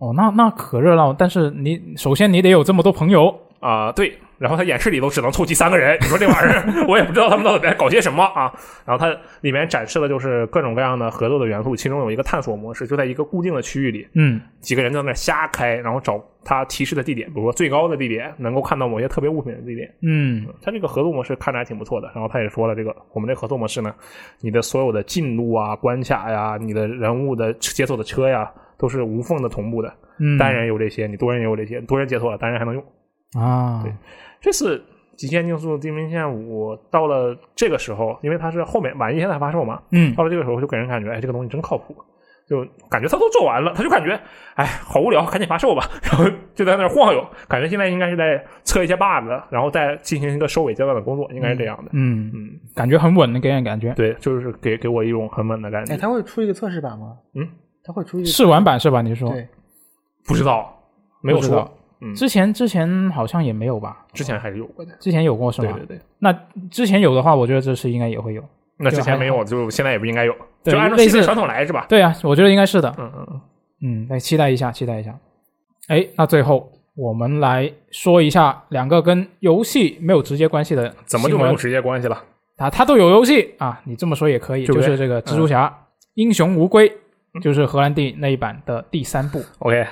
[SPEAKER 1] 哦，那那可热闹，但是你首先你得有这么多朋友，
[SPEAKER 2] 啊、对。然后他演示里都只能凑齐三个人，你说这玩意儿， [laughs] 我也不知道他们到底在搞些什么啊。然后它里面展示的就是各种各样的合作的元素，其中有一个探索模式，就在一个固定的区域里，
[SPEAKER 1] 嗯，
[SPEAKER 2] 几个人在那儿瞎开，然后找他提示的地点，比如说最高的地点，能够看到某些特别物品的地点。
[SPEAKER 1] 嗯，
[SPEAKER 2] 他这个合作模式看着还挺不错的。然后他也说了，这个我们这合作模式呢，你的所有的进度啊、关卡呀、你的人物的解锁的车呀，都是无缝的同步的。
[SPEAKER 1] 嗯
[SPEAKER 2] 单人有这些，你多人也有这些，多人解锁了，单人还能用。
[SPEAKER 1] 啊，
[SPEAKER 2] 这次《极限竞速：地平线五》到了这个时候，因为它是后面晚一天才发售嘛，
[SPEAKER 1] 嗯
[SPEAKER 2] 到了这个时候就给人感觉，哎，这个东西真靠谱，就感觉他都做完了，他就感觉，哎，好无聊，赶紧发售吧， [laughs] 然后就在那儿晃悠，感觉现在应该是在测一些 bug，然后再进行一个收尾阶段的工作，应该是这样的。
[SPEAKER 1] 嗯，
[SPEAKER 2] 嗯，
[SPEAKER 1] 感觉很稳的给人感觉。
[SPEAKER 2] 对，就是给给我一种很稳的感觉。
[SPEAKER 3] 哎，他会出一个测试版吗？
[SPEAKER 2] 嗯，
[SPEAKER 3] 他会出一个
[SPEAKER 1] 试玩版是吧？哦你说
[SPEAKER 3] 对，
[SPEAKER 2] 不知道，没有
[SPEAKER 1] 不知道
[SPEAKER 2] 说，嗯
[SPEAKER 1] 之前之前好像也没有吧？
[SPEAKER 2] 之前还是有过的。
[SPEAKER 1] 之前有过是
[SPEAKER 2] 对
[SPEAKER 1] 吗
[SPEAKER 2] 对？对，
[SPEAKER 1] 那之前有的话，我觉得这次应该也会有。
[SPEAKER 2] 那之
[SPEAKER 1] 就还
[SPEAKER 2] 前
[SPEAKER 1] 好
[SPEAKER 2] 没有，就现在也不应该有，
[SPEAKER 1] 对
[SPEAKER 2] 就按照
[SPEAKER 1] 类
[SPEAKER 2] 系
[SPEAKER 1] 似
[SPEAKER 2] 列传统来是吧？
[SPEAKER 1] 对啊，我觉得应该是的。
[SPEAKER 2] 嗯嗯嗯，
[SPEAKER 1] 嗯，来期待一下，期待一下。哎，那最后我们来说一下两个跟游戏没有直接关系的
[SPEAKER 2] 怎么就
[SPEAKER 1] 新
[SPEAKER 2] 没
[SPEAKER 1] 闻
[SPEAKER 2] 有直接关系了？
[SPEAKER 1] 啊？它都有游戏啊，你这么说也可以，
[SPEAKER 2] 对不
[SPEAKER 1] 就
[SPEAKER 2] 对
[SPEAKER 1] 是这个蜘蛛侠、英雄无归，就是荷兰弟那一版的第三部
[SPEAKER 2] OK，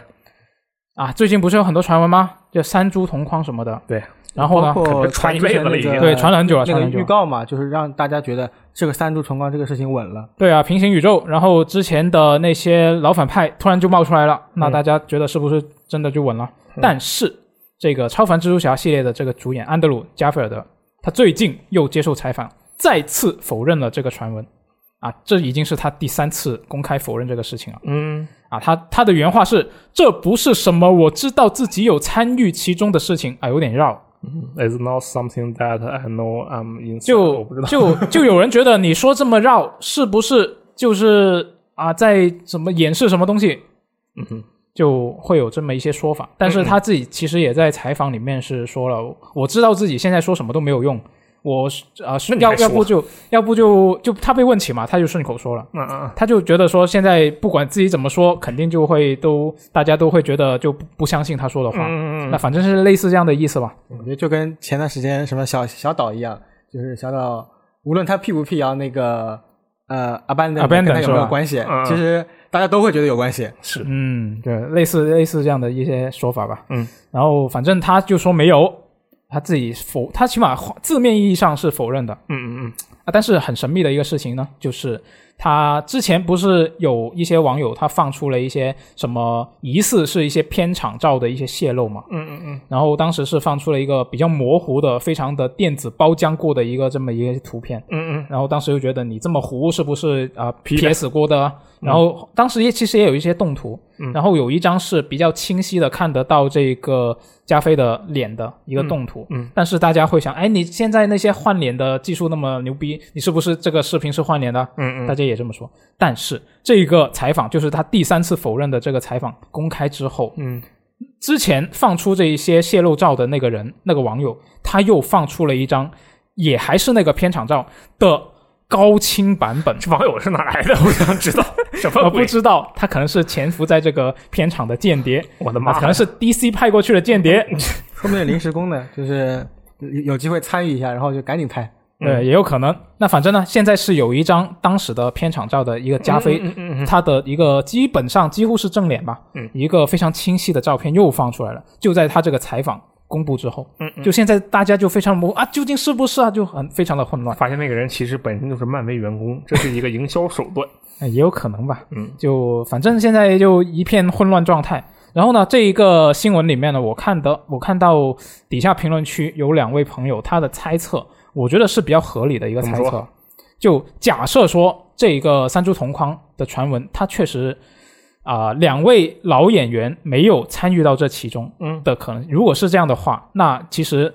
[SPEAKER 1] 啊。最近不是有很多传闻吗？就三株同框什么的。
[SPEAKER 2] 对。
[SPEAKER 1] 然后
[SPEAKER 3] 包
[SPEAKER 1] 呢？
[SPEAKER 3] 括
[SPEAKER 2] 传一辈子了已经
[SPEAKER 3] 那个
[SPEAKER 1] 对，传了很久了，
[SPEAKER 3] 那
[SPEAKER 1] 传了
[SPEAKER 3] 个
[SPEAKER 1] 很久
[SPEAKER 3] 预
[SPEAKER 1] 了。
[SPEAKER 3] 告嘛，就是让大家觉得这个三株重光这个事情稳了。
[SPEAKER 1] 对啊，平行宇宙，然后之前的那些老反派突然就冒出来了，那大家觉得是不是真的就稳了？但是这个超凡蜘蛛侠系列的这个主演安德鲁·加菲尔德，他最近又接受采访，再次否认了这个传闻。啊，这已经是他第三次公开否认这个事情了。
[SPEAKER 2] 嗯，
[SPEAKER 1] 啊，他他的原话是：“这不是什么我知道自己有参与其中的事情啊，有点绕。”
[SPEAKER 2] It's not something that I know I'm in。 [laughs]
[SPEAKER 1] 就就就有人觉得你说这么绕，是不是就是啊，在怎么掩饰什么东西？
[SPEAKER 2] 嗯哼，嗯
[SPEAKER 1] 就会有这么一些说法。但是他自己其实也在采访里面是说了，我知道自己现在说什么都没有用，我是啊、是
[SPEAKER 2] 那你
[SPEAKER 1] 要
[SPEAKER 2] 还说
[SPEAKER 1] 要不就要不就就他被问起嘛，他就顺口说了。
[SPEAKER 2] 嗯嗯
[SPEAKER 1] 他就觉得说，现在不管自己怎么说，肯定就会都大家都会觉得就不不相信他说的话。
[SPEAKER 2] 嗯
[SPEAKER 1] 那
[SPEAKER 2] 嗯
[SPEAKER 1] 反正是类似这样的意思吧。
[SPEAKER 3] 我觉得就跟前段时间什么小小岛一样，就是小岛无论他辟不辟谣那个呃 abandon
[SPEAKER 1] Abandon
[SPEAKER 3] 跟他有没
[SPEAKER 1] 是
[SPEAKER 3] 有
[SPEAKER 1] 吧
[SPEAKER 3] 关系
[SPEAKER 2] 嗯，
[SPEAKER 3] 其实大家都会觉得有关系。
[SPEAKER 2] 是
[SPEAKER 1] 嗯，对，类似类似这样的一些说法吧。
[SPEAKER 2] 嗯，
[SPEAKER 1] 然后反正他就说没有，他自己否，他起码字面意义上是否认的
[SPEAKER 2] 嗯嗯
[SPEAKER 1] 啊。但是很神秘的一个事情呢，就是他之前不是有一些网友他放出了一些什么疑似是一些片场照的一些泄露嘛，
[SPEAKER 2] 嗯嗯嗯，
[SPEAKER 1] 然后当时是放出了一个比较模糊的、非常的电子包浆过的一个这么一个图片，
[SPEAKER 2] 嗯嗯，
[SPEAKER 1] 然后当时就觉得你这么糊是不是啊、呃、
[SPEAKER 2] 皮的
[SPEAKER 1] PS 过的？然后当时也其实也有一些动图，
[SPEAKER 2] 嗯
[SPEAKER 1] 然后有一张是比较清晰的看得到这个加菲的脸的一个动图，
[SPEAKER 2] 嗯嗯
[SPEAKER 1] 但是大家会想，哎，你现在那些换脸的技术那么牛逼，你是不是这个视频是换脸的？
[SPEAKER 2] 嗯嗯
[SPEAKER 1] 大家也这么说。但是这个采访就是他第三次否认的这个采访公开之后，
[SPEAKER 2] 嗯
[SPEAKER 1] 之前放出这一些泄露照的那个人，那个网友，他又放出了一张，也还是那个片场照的高清版本。
[SPEAKER 2] 这网友是哪来的？我想知道什
[SPEAKER 1] 我
[SPEAKER 2] 么
[SPEAKER 1] 不
[SPEAKER 2] 鬼？
[SPEAKER 1] 知道他可能是潜伏在这个片场的间谍，
[SPEAKER 2] 我的
[SPEAKER 1] 啊，
[SPEAKER 2] 妈
[SPEAKER 1] 可！能是 DC 派过去的间谍，
[SPEAKER 3] 说不定临时工呢，就是有有机会参与一下，然后就赶紧拍。
[SPEAKER 2] 嗯
[SPEAKER 1] 对，也有可能。那反正呢，现在是有一张当时的片场照的一个加菲，
[SPEAKER 2] 嗯嗯嗯
[SPEAKER 1] 他的一个基本上几乎是正脸吧，
[SPEAKER 2] 嗯
[SPEAKER 1] 一个非常清晰的照片又放出来了，就在他这个采访公布之后，
[SPEAKER 2] 嗯嗯
[SPEAKER 1] 就现在大家就非常模糊啊，究竟是不是啊，就很非常的混乱，
[SPEAKER 2] 发现那个人其实本身就是漫威员工，这是一个营销手段。
[SPEAKER 1] 哎也有可能吧，
[SPEAKER 2] 嗯
[SPEAKER 1] 就反正现在就一片混乱状态。然后呢，这一个新闻里面呢，我看的我看到底下评论区有两位朋友他的猜测，我觉得是比较合理的一个猜
[SPEAKER 2] 怎么
[SPEAKER 1] 测。就假设说这一个三株同框的传闻，它确实啊、两位老演员没有参与到这其中
[SPEAKER 2] 嗯
[SPEAKER 1] 的可能。如果是这样的话，那其实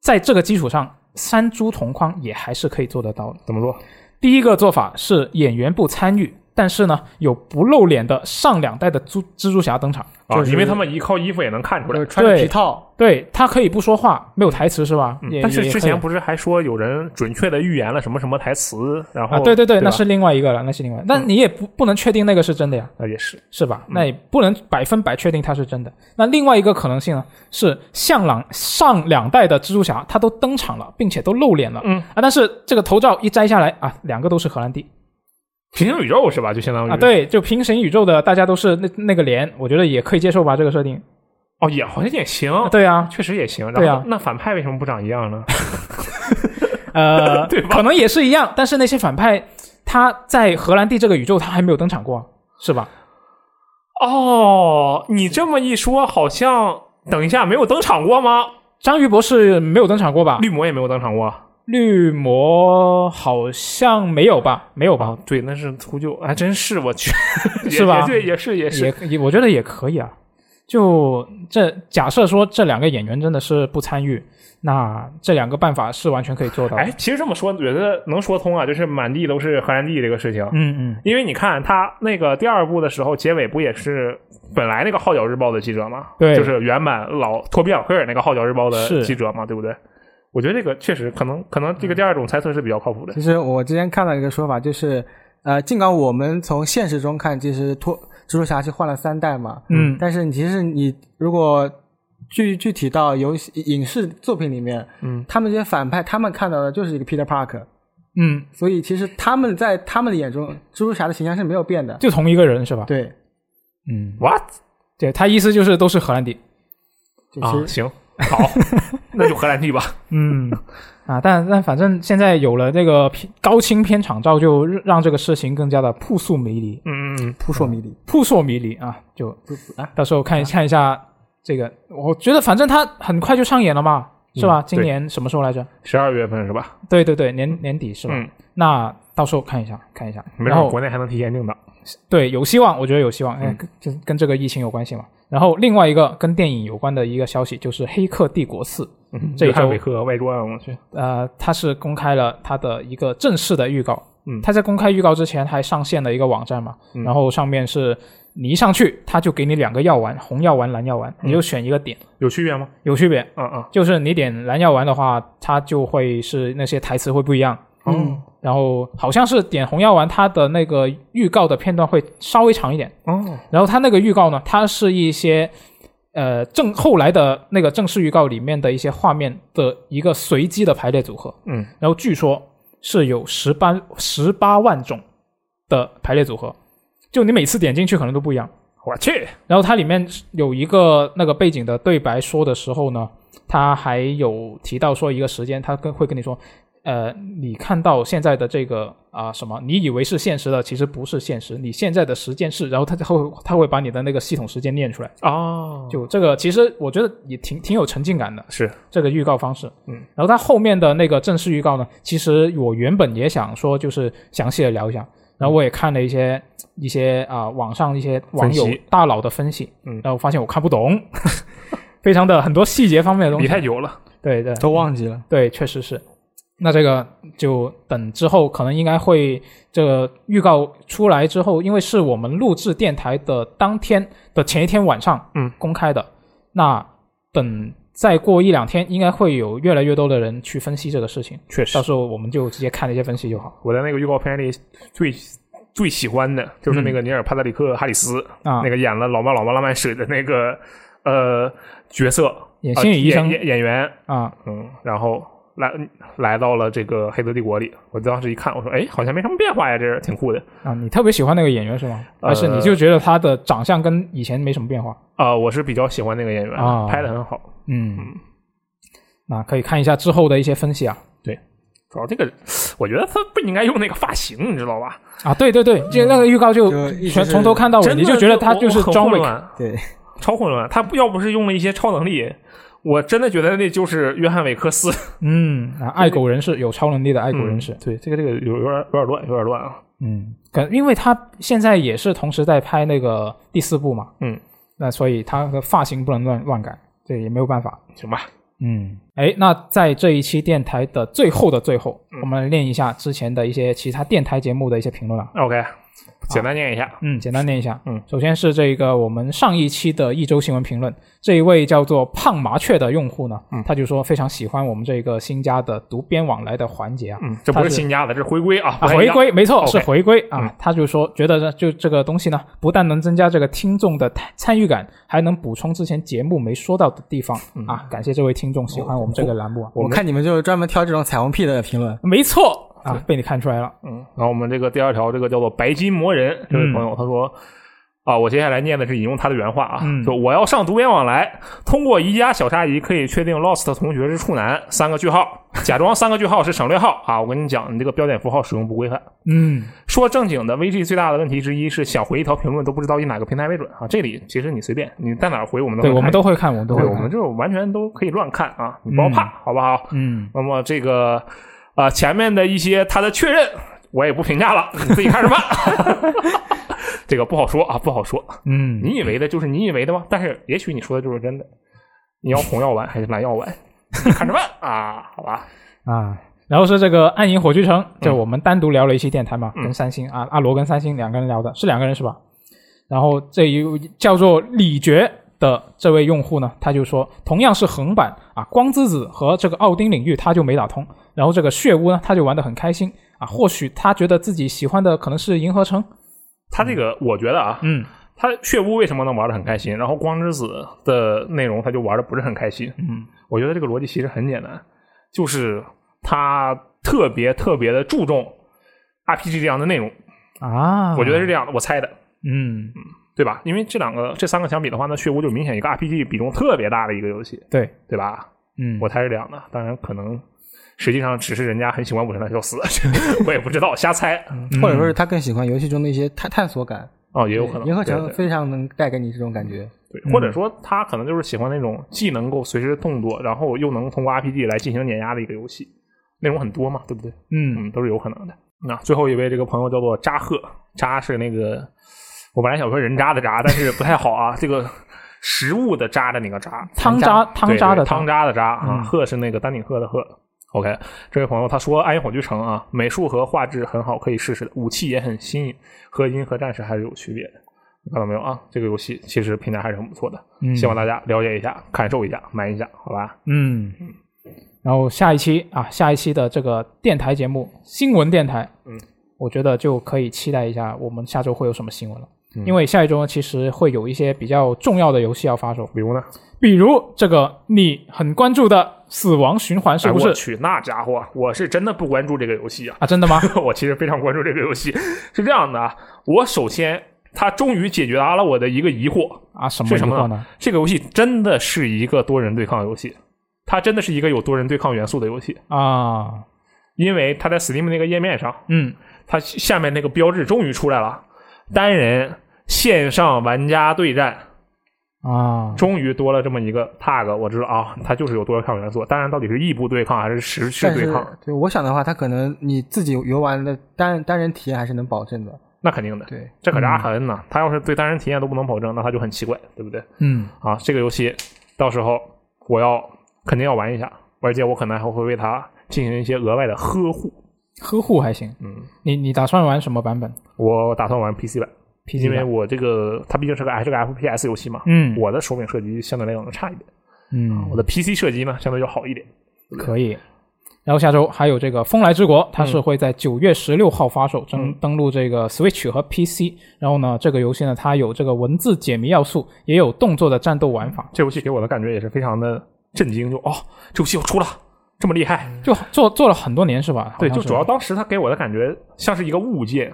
[SPEAKER 1] 在这个基础上，三株同框也还是可以做得到的。
[SPEAKER 2] 怎么做？
[SPEAKER 1] 第一个做法是演员不参与，但是呢，有不露脸的上两代的蜘蜘蛛侠登场。
[SPEAKER 2] 啊，
[SPEAKER 3] 就是
[SPEAKER 2] 因为他们一靠衣服也能看出来
[SPEAKER 3] 就是。穿着
[SPEAKER 1] 对
[SPEAKER 3] 皮套，
[SPEAKER 1] 对他可以不说话，没有台词是吧？
[SPEAKER 2] 嗯
[SPEAKER 1] 也
[SPEAKER 2] 但是
[SPEAKER 1] 也
[SPEAKER 2] 之
[SPEAKER 1] 可以
[SPEAKER 2] 前不是还说有人准确的预言了什么什么台词，然后、
[SPEAKER 1] 啊，对对对，
[SPEAKER 2] 吧嗯
[SPEAKER 1] 那是另外一个了，那是另外。但你也不不能确定那个是真的呀，
[SPEAKER 2] 啊也是，
[SPEAKER 1] 是吧？那也不能百分百确定它是真的。那另外一个可能性呢，是向朗上两代的蜘蛛侠他都登场了，并且都露脸了。
[SPEAKER 2] 嗯
[SPEAKER 1] 啊，但是这个头罩一摘下来啊，两个都是荷兰弟。
[SPEAKER 2] 平行宇宙是吧？就相当于
[SPEAKER 1] 啊，对，就平行宇宙的大家都是那那个脸，我觉得也可以接受吧，这个设定。
[SPEAKER 2] 哦也好像也行，
[SPEAKER 1] 对啊，
[SPEAKER 2] 确实也行。然后
[SPEAKER 1] 对啊
[SPEAKER 2] 那反派为什么不长一样呢？
[SPEAKER 1] [laughs] 呃，
[SPEAKER 2] 对吧
[SPEAKER 1] 可能也是一样，但是那些反派他在荷兰弟这个宇宙他还没有登场过啊，是吧？
[SPEAKER 2] 哦，你这么一说，好像等一下没有登场过吗？
[SPEAKER 1] 章鱼博士没有登场过吧？
[SPEAKER 2] 绿魔也没有登场过
[SPEAKER 1] 绿魔好像没有吧？没有吧？
[SPEAKER 2] 啊？对，那是秃鹫，还真是我去，也
[SPEAKER 1] 是吧
[SPEAKER 2] 也对，也是也是。
[SPEAKER 1] 也也，我觉得也可以啊。就这假设说这两个演员真的是不参与，那这两个办法是完全可以做到的。
[SPEAKER 2] 哎，其实这么说，觉得能说通啊，就是满地都是荷兰弟这个事情。
[SPEAKER 1] 嗯嗯，
[SPEAKER 2] 因为你看他那个第二部的时候，结尾不也是本来那个《号角日报》的记者吗？
[SPEAKER 1] 对
[SPEAKER 2] 就是原版老托比尔科尔那个《号角日报》的
[SPEAKER 1] 是嗯
[SPEAKER 2] 记者嘛，对不对？我觉得这个确实可能，可能这个第二种猜测是比较靠谱的。
[SPEAKER 3] 其实我之前看到一个说法，就是呃，尽管我们从现实中看，其实脱蜘蛛侠是换了三代嘛，
[SPEAKER 1] 嗯
[SPEAKER 3] 但是你其实你如果具具体到游戏影视作品里面，
[SPEAKER 2] 嗯，
[SPEAKER 3] 他们这些反派他们看到的就是一个 Peter Parker，
[SPEAKER 1] 嗯，
[SPEAKER 3] 所以其实他们在他们的眼中，蜘蛛侠的形象是没有变的。
[SPEAKER 1] 就同一个人是吧？
[SPEAKER 3] 对，
[SPEAKER 1] 嗯，
[SPEAKER 2] What
[SPEAKER 1] 对他意思就是都是荷兰弟。
[SPEAKER 3] 就
[SPEAKER 2] 啊
[SPEAKER 3] 其，实
[SPEAKER 1] [laughs]
[SPEAKER 2] 行，好，那就荷兰弟吧。
[SPEAKER 1] 嗯，啊，但但反正现在有了这个片高清片场照，就让这个事情更加的扑朔迷离，
[SPEAKER 2] 嗯嗯嗯，
[SPEAKER 3] 扑朔迷离。
[SPEAKER 1] 扑朔迷离啊！就
[SPEAKER 3] 不不啊，
[SPEAKER 1] 到时候看一看一下这个，我觉得反正它很快就上演了嘛，是吧？
[SPEAKER 2] 嗯
[SPEAKER 1] 今年什么时候来着？
[SPEAKER 2] 十二月份是吧？
[SPEAKER 1] 对对对，年年底是吧？
[SPEAKER 2] 嗯
[SPEAKER 1] 那到时候看一下，看一下。
[SPEAKER 2] 没
[SPEAKER 1] 然
[SPEAKER 2] 准
[SPEAKER 1] 后
[SPEAKER 2] 国内还能提前定档。
[SPEAKER 1] 对，有希望，我觉得有希望。哎，
[SPEAKER 2] 嗯
[SPEAKER 1] 跟跟跟这个疫情有关系嘛。然后另外一个跟电影有关的一个消息就是《黑客帝国四》，
[SPEAKER 2] 嗯
[SPEAKER 1] 这一
[SPEAKER 2] 约翰
[SPEAKER 1] 周
[SPEAKER 2] 维克外传，我去，
[SPEAKER 1] 呃，它是公开了它的一个正式的预告。
[SPEAKER 2] 嗯
[SPEAKER 1] 它在公开预告之前还上线了一个网站嘛，
[SPEAKER 2] 嗯
[SPEAKER 1] 然后上面是你一上去，它就给你两个药丸，红药丸、蓝药丸，
[SPEAKER 2] 嗯
[SPEAKER 1] 你就选一个点，
[SPEAKER 2] 有区别吗？
[SPEAKER 1] 有区别。
[SPEAKER 2] 嗯嗯，
[SPEAKER 1] 就是你点蓝药丸的话，它就会是那些台词会不一样。
[SPEAKER 2] 嗯
[SPEAKER 1] 然后好像是点红药丸，它的那个预告的片段会稍微长一点。
[SPEAKER 2] 哦，
[SPEAKER 1] 然后它那个预告呢，它是一些呃正后来的那个正式预告里面的一些画面的一个随机的排列组合。
[SPEAKER 2] 嗯，
[SPEAKER 1] 然后据说是有十八十八万种的排列组合，就你每次点进去可能都不一样。
[SPEAKER 2] 我去，
[SPEAKER 1] 然后它里面有一个那个背景的对白说的时候呢，它还有提到说一个时间，它跟会跟你说，呃，你看到现在的这个啊、什么，你以为是现实的，其实不是现实。你现在的实践是，然后它它会它会把你的那个系统时间念出来。
[SPEAKER 2] 哦，
[SPEAKER 1] 就这个，其实我觉得也挺挺有沉浸感的。
[SPEAKER 2] 是
[SPEAKER 1] 这个预告方式。
[SPEAKER 2] 嗯，
[SPEAKER 1] 然后它后面的那个正式预告呢，其实我原本也想说就是详细的聊一下，然后我也看了一些一些啊、网上一些网友
[SPEAKER 2] 分析
[SPEAKER 1] 大佬的分析，
[SPEAKER 2] 嗯
[SPEAKER 1] 然后发现我看不懂， [laughs] 非常的很多细节方面的东
[SPEAKER 2] 你
[SPEAKER 1] 西，
[SPEAKER 2] 太久了，
[SPEAKER 1] 对对
[SPEAKER 3] 都忘记了。
[SPEAKER 1] 对，确实是。那这个就等之后可能应该会这个预告出来之后，因为是我们录制电台的当天的前一天晚上，
[SPEAKER 2] 嗯，
[SPEAKER 1] 公开的。那等再过一两天，应该会有越来越多的人去分析这个事情，
[SPEAKER 2] 确
[SPEAKER 1] 到时候我们就直接看那些分析就好
[SPEAKER 2] 我在那个预告片里最最喜欢的就是那个尼尔·帕特里克·哈里斯，
[SPEAKER 1] 嗯啊。
[SPEAKER 2] 那个演了《老妈老妈浪漫史》的那个呃角色，
[SPEAKER 1] 演
[SPEAKER 2] 呃
[SPEAKER 1] 心理医生
[SPEAKER 2] 演演演员，
[SPEAKER 1] 啊，
[SPEAKER 2] 嗯，然后来来到了这个黑色帝国里。我当时一看，我说，哎，好像没什么变化呀，这人挺酷的。
[SPEAKER 1] 啊，你特别喜欢那个演员是吗？还是你
[SPEAKER 2] 呃
[SPEAKER 1] 就觉得他的长相跟以前没什么变化？
[SPEAKER 2] 啊、我是比较喜欢那个演员，
[SPEAKER 1] 啊
[SPEAKER 2] 拍的很好。
[SPEAKER 1] 嗯，那可以看一下之后的一些分析啊。
[SPEAKER 2] 主要这个，我觉得他不应该用那个发型，你知道吧？
[SPEAKER 1] 啊，对对
[SPEAKER 2] 嗯
[SPEAKER 1] 对，就那个预告就
[SPEAKER 3] 就一直
[SPEAKER 1] 全
[SPEAKER 3] 是
[SPEAKER 1] 从头看到尾，
[SPEAKER 2] 真的
[SPEAKER 1] 你就觉得他就是
[SPEAKER 2] 我我很
[SPEAKER 1] John
[SPEAKER 2] 混
[SPEAKER 1] Wick
[SPEAKER 2] 乱，
[SPEAKER 3] 对，
[SPEAKER 2] 超混乱。他不要不是用了一些超能力，我真的觉得那就是约翰·韦克斯。
[SPEAKER 1] 嗯，啊，爱狗人士有超能力的爱狗人士，
[SPEAKER 2] 对，这个这个有有点有点乱，有点乱啊。
[SPEAKER 1] 嗯，可因为他现在也是同时在拍那个第四部嘛，
[SPEAKER 2] 嗯，
[SPEAKER 1] 那所以他的发型不能乱乱改，这也没有办法。
[SPEAKER 2] 行吧，
[SPEAKER 1] 嗯，哎，那在这一期电台的最后的最后，
[SPEAKER 2] 嗯
[SPEAKER 1] 我们来念一下之前的一些其他电台节目的一些评论啊。
[SPEAKER 2] OK，简单念一下。
[SPEAKER 1] 嗯，简单念一下。
[SPEAKER 2] 嗯，
[SPEAKER 1] 首先是这个我们上一期的一周新闻评论，这一位叫做胖麻雀的用户呢，
[SPEAKER 2] 嗯
[SPEAKER 1] 他就说非常喜欢我们这个新加的读编往来的环节啊。
[SPEAKER 2] 嗯，这不
[SPEAKER 1] 他
[SPEAKER 2] 是
[SPEAKER 1] 是
[SPEAKER 2] 新加的，这是回归啊，
[SPEAKER 1] 啊，
[SPEAKER 2] 不太一
[SPEAKER 1] 回
[SPEAKER 2] 样。
[SPEAKER 1] 归没错
[SPEAKER 2] OK
[SPEAKER 1] 是回归
[SPEAKER 2] 嗯
[SPEAKER 1] 啊！他就说，觉得呢就这个东西呢，不但能增加这个听众的参参与感，还能补充之前节目没说到的地方
[SPEAKER 2] 嗯
[SPEAKER 1] 啊！感谢这位听众喜欢我们这个栏目啊，
[SPEAKER 3] 我看你们就是专门挑这种彩虹屁的评论，
[SPEAKER 1] 没错啊，被你看出来了，
[SPEAKER 2] 嗯，然后我们这个第二条，这个叫做白金魔人这位朋友，他说。啊，我接下来念的是引用他的原话啊，
[SPEAKER 1] 嗯
[SPEAKER 2] 就我要上读研往来，通过宜家小鲨鱼可以确定 Lost 同学是处男，三个句号，假装三个句号是省略号啊！我跟你讲，你这个标点符号使用不规范。
[SPEAKER 1] 嗯
[SPEAKER 2] 说正经的，VG 最大的问题之一是想回一条评论都不知道以哪个平台为准啊！这里其实你随便，你在哪儿回我们都
[SPEAKER 1] 对，
[SPEAKER 2] 能
[SPEAKER 1] 我们
[SPEAKER 2] 看
[SPEAKER 1] 都会看，我们都会
[SPEAKER 2] 对，我们
[SPEAKER 1] 看，
[SPEAKER 2] 这种完全都可以乱看啊，你不要怕，好不好？
[SPEAKER 1] 嗯，
[SPEAKER 2] 那么这个啊、呃前面的一些他的确认，我也不评价了，你自己看着办。 [laughs] 这个不好说啊，不好说。
[SPEAKER 1] 嗯，
[SPEAKER 2] 你以为的就是你以为的吗？但是也许你说的就是真的。你要红药丸还是蓝药丸？你看着办啊，好吧。
[SPEAKER 1] 啊。然后是这个《暗影火炬城》，就我们单独聊了一期电台嘛，跟三星啊，阿罗跟三星两个人聊的，是两个人是吧？然后这一位叫做李觉的这位用户呢，他就说，同样是横版啊，光之子和这个奥丁领域他就没打通，然后这个血屋呢，他就玩的很开心啊，或许他觉得自己喜欢的可能是银河城，
[SPEAKER 2] 他这个我觉得啊，
[SPEAKER 1] 嗯
[SPEAKER 2] 他血屋为什么能玩的很开心？然后光之子的内容他就玩的不是很开心。
[SPEAKER 1] 嗯
[SPEAKER 2] 我觉得这个逻辑其实很简单，就是他特别特别的注重 RPG 这样的内容。
[SPEAKER 1] 啊，
[SPEAKER 2] 我觉得是这样的，我猜的。
[SPEAKER 1] 嗯
[SPEAKER 2] 对吧？因为这两个、这三个相比的话，那血屋就明显一个 RPG 比重特别大的一个游戏，
[SPEAKER 1] 对
[SPEAKER 2] 对吧？
[SPEAKER 1] 嗯
[SPEAKER 2] 我猜是这样的，当然可能实际上只是人家很喜欢《武神大消死》， [laughs] 我也不知道，瞎猜
[SPEAKER 3] 或者说是他更喜欢游戏中的一些探探索感。
[SPEAKER 2] 哦，也有可能。
[SPEAKER 3] 银河
[SPEAKER 2] 对
[SPEAKER 3] 城
[SPEAKER 2] 对
[SPEAKER 3] 非常能带给你这种感觉。
[SPEAKER 2] 对或
[SPEAKER 3] 嗯
[SPEAKER 2] 者说他可能就是喜欢那种既能够随时动作，然后又能通过 RPG 来进行碾压的一个游戏，内容很多嘛，对不对？
[SPEAKER 1] 嗯
[SPEAKER 2] 嗯，都是有可能的。那最后一位这个朋友叫做扎赫，扎是那个我本来想说人渣的渣，但是不太好啊，这个食物的渣的那个渣，
[SPEAKER 1] 汤渣汤嗯渣的
[SPEAKER 2] 对对汤渣的渣啊，鹤是那个丹顶鹤的鹤。OK，这位朋友他说《暗影火炬城》啊，美术和画质很好，可以试试的，武器也很新颖，和《银河战士》还是有区别的。看到没有啊？这个游戏其实评价还是很不错的，
[SPEAKER 1] 嗯
[SPEAKER 2] 希望大家了解一下、感受一下、买一下，好吧？
[SPEAKER 1] 嗯，然后下一期啊，下一期的这个电台节目，新闻电台，
[SPEAKER 2] 嗯，
[SPEAKER 1] 我觉得就可以期待一下我们下周会有什么新闻了。
[SPEAKER 2] 嗯
[SPEAKER 1] 因为下一周呢，其实会有一些比较重要的游戏要发售，
[SPEAKER 2] 比如呢，
[SPEAKER 1] 比如这个你很关注的《死亡循环》，是
[SPEAKER 2] 哎
[SPEAKER 1] 不
[SPEAKER 2] 我
[SPEAKER 1] 是
[SPEAKER 2] 去，那家伙，我是真的不关注这个游戏啊！ [laughs]
[SPEAKER 1] 啊？真的吗？
[SPEAKER 2] 我其实非常关注这个游戏。 [laughs] 是这样的啊，我首先，它终于解决了我的一个疑惑，
[SPEAKER 1] 啊，什么
[SPEAKER 2] 是
[SPEAKER 1] 情
[SPEAKER 2] 什么
[SPEAKER 1] 况
[SPEAKER 2] 呢
[SPEAKER 1] 呢？？
[SPEAKER 2] 这个游戏真的是一个多人对抗游戏，它真的是一个有多人对抗元素的游戏。
[SPEAKER 1] 啊，
[SPEAKER 2] 因为它在 Steam 那个页面上，
[SPEAKER 1] 嗯，
[SPEAKER 2] 它下面那个标志终于出来了，单人线上玩家对战，
[SPEAKER 1] 啊，
[SPEAKER 2] 终于多了这么一个 tag，我知道啊，它就是有多抗元素。当然，到底是异步对抗还是实时
[SPEAKER 3] 但是
[SPEAKER 2] 对抗，
[SPEAKER 3] 对我想的话，它可能你自己游玩的单单人体验还是能保证的。
[SPEAKER 2] 那肯定的，
[SPEAKER 3] 对，
[SPEAKER 2] 这可是阿恩呐。他要是对单人体验都不能保证，那他就很奇怪，对不对？
[SPEAKER 1] 嗯
[SPEAKER 2] 啊，这个游戏到时候我要肯定要玩一下，而且我可能还会为它进行一些额外的呵护。，
[SPEAKER 1] 呵护还行。
[SPEAKER 2] 嗯，
[SPEAKER 1] 你你打算玩什么版本
[SPEAKER 2] 我打算玩 PC 版，
[SPEAKER 1] ？PC
[SPEAKER 2] 因为
[SPEAKER 1] 版
[SPEAKER 2] 我这个它毕竟是个还是个 FPS 游戏嘛，
[SPEAKER 1] 嗯
[SPEAKER 2] 我的手柄射击相对来讲能差一点，
[SPEAKER 1] 嗯
[SPEAKER 2] 我的 PC 射击呢相对就好一点。
[SPEAKER 1] 可以。然后下周还有这个《风来之国》，它是会在九月十六号发售，
[SPEAKER 2] 嗯
[SPEAKER 1] 登、登录这个 Switch 和 PC。然后呢，这个游戏呢，它有这个文字解谜要素，也有动作的战斗玩法，
[SPEAKER 2] 这游戏给我的感觉也是非常的震惊，就哦，这游戏要出了，这么厉害。
[SPEAKER 1] 就做做了很多年是吧？
[SPEAKER 2] 对，
[SPEAKER 1] 嗯好
[SPEAKER 2] 就
[SPEAKER 1] 像
[SPEAKER 2] 主要当时他给我的感觉像是一个物件，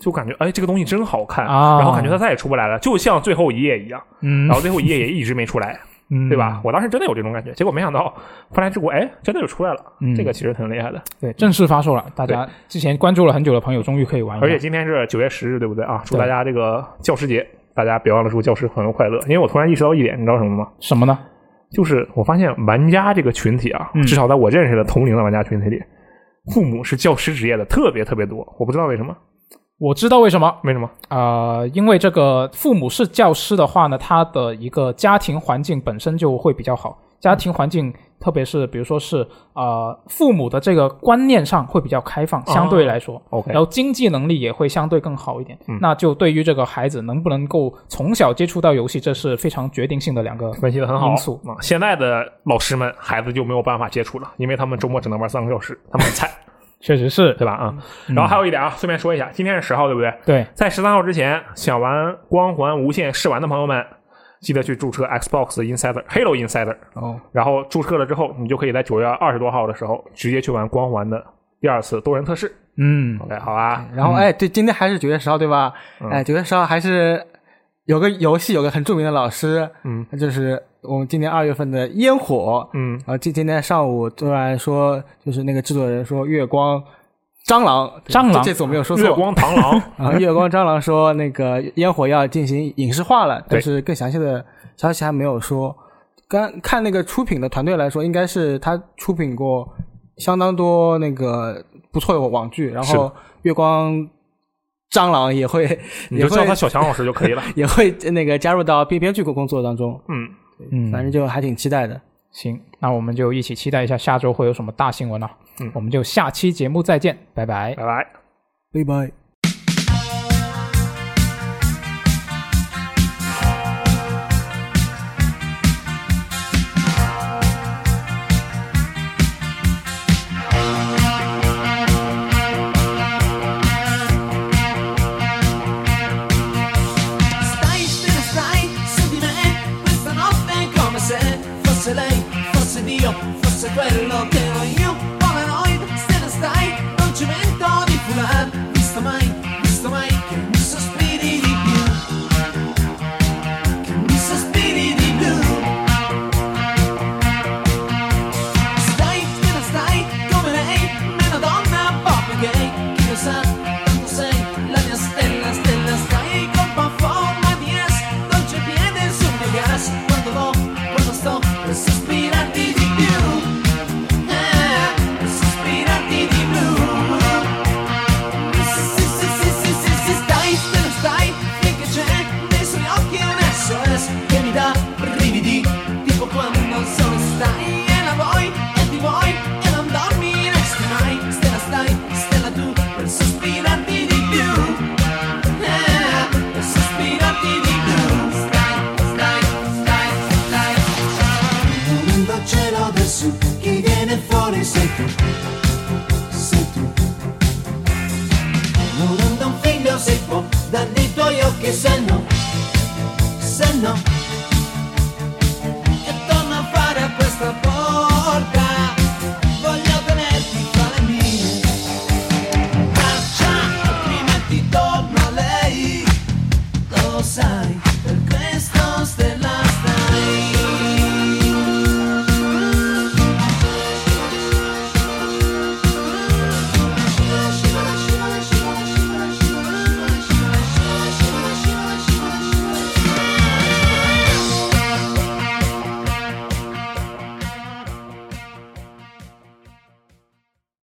[SPEAKER 2] 就感觉哎这个东西真好看，
[SPEAKER 1] 啊
[SPEAKER 2] 然后感觉它再也出不来了，就像最后一页一样，
[SPEAKER 1] 嗯
[SPEAKER 2] 然，后最后一页也一直没出来，
[SPEAKER 1] 嗯
[SPEAKER 2] 对吧？？我当时真的有这种感觉，结果没想到《风来之国》哎真的就出来了，
[SPEAKER 1] 嗯
[SPEAKER 2] 这个其实挺厉害的。
[SPEAKER 1] 对，正式发售了，大家之前关注了很久的朋友终于可以玩一下。
[SPEAKER 2] 而且今天是九月十日，对不对啊？祝大家这个教师节，大家别忘了祝教师朋友快乐。因为我突然意识到一点，你知道什么吗？
[SPEAKER 1] 什么呢？
[SPEAKER 2] 就是我发现玩家这个群体啊，
[SPEAKER 1] 嗯
[SPEAKER 2] 至少在我认识的同龄的玩家群体里，父母是教师职业的特别特别多，我不知道为什么，
[SPEAKER 1] 我知道为什么
[SPEAKER 2] 为什么？
[SPEAKER 1] 啊、因为这个父母是教师的话呢，他的一个家庭环境本身就会比较好，家庭环境特别是比如说是呃父母的这个观念上会比较开放，相对来说。哦
[SPEAKER 2] OK，
[SPEAKER 1] 然后经济能力也会相对更好一点，
[SPEAKER 2] 啊嗯
[SPEAKER 1] 那就对于这个孩子能不能够从小接触到游戏，这是非常决定性的两个。
[SPEAKER 2] 分析的很好
[SPEAKER 1] 因素
[SPEAKER 2] 啊。现在的老师们，孩子就没有办法接触了，因为他们周末只能玩三个小时，他们很菜，
[SPEAKER 1] [laughs] 确实是，嗯
[SPEAKER 2] 对吧？啊、然后还有一点啊，顺便说一下，今天是十号，对不对？
[SPEAKER 1] 对，
[SPEAKER 2] 在十三号之前，想玩《光环无限》试玩的朋友们，记得去注册 Xbox Insider、Halo Insider，
[SPEAKER 3] 哦，
[SPEAKER 2] 然后注册了之后，你就可以在九月二十多号的时候直接去玩《光环》的第二次多人测试。
[SPEAKER 1] 嗯，
[SPEAKER 2] OK，好吧，
[SPEAKER 3] 然后哎，对，今天还是九月十号对吧？
[SPEAKER 2] 嗯
[SPEAKER 3] 哎，九月十号还是有个游戏，有个很著名的老师，
[SPEAKER 2] 嗯，
[SPEAKER 3] 那就是我们今年二月份的烟火。
[SPEAKER 2] 嗯，
[SPEAKER 3] 然后今今天上午突然说，就是那个制作人说月光蟑螂，对
[SPEAKER 1] 蟑螂
[SPEAKER 3] 这这次我没有说错。
[SPEAKER 2] 月光螳
[SPEAKER 3] [laughs]
[SPEAKER 2] 螂，
[SPEAKER 3] 啊，月光蟑螂说那个烟火要进行影视化了，但
[SPEAKER 2] 对
[SPEAKER 3] 是更详细的消息还没有说。刚看那个出品的团队来说，应该是他出品过相当多那个不错的网剧，然
[SPEAKER 2] 是的
[SPEAKER 3] 后月光蟑螂也会
[SPEAKER 2] [laughs] 你就
[SPEAKER 3] 也
[SPEAKER 2] 叫
[SPEAKER 3] 会
[SPEAKER 2] 他小强老师就可以了。
[SPEAKER 3] 也会那个加入到编编剧工作当中，
[SPEAKER 2] 嗯，
[SPEAKER 1] 嗯
[SPEAKER 3] 反正就还挺期待的。
[SPEAKER 1] 行，那我们就一起期待一下下周会有什么大新闻了。啊
[SPEAKER 2] 嗯
[SPEAKER 1] 我们就下期节目再见，拜拜。
[SPEAKER 2] 拜拜。
[SPEAKER 3] 拜拜。
[SPEAKER 4] Stajsz tyle staj, subime e Questa notte è come se fosse lei, fosse Dio, fosse quello che ero io Polaroid, se ne stai, non ci mento di fulan Visto mai, visto mai che mi sospiri di più Che mi sospiri di più Stai, te ne stai come lei, meno donna, pop gay, chi lo sa, tanto sei la mia stella, stella, stai con forma di S, dolce piede sul mio gas, quando vo, quando sto, per sospirarti di più, eh, per sospirarti di più. Sì, sì, sì, sì, sì, sì, stai, te ne stai, finché c'è nei suoi occhi un SOS che mi dà brividi, tipo quando solo stai e la vuoi e ti vuoi e non dormi resti mai, stella stai, stella tu, per sospirarti di più, eh, per sospirarti di più, stai, stai, stai, stai. Un mondo cielo adesso, chi viene fuori sei tu, sei tu. Non anda un figlio se può, danni i tuoi occhi sanno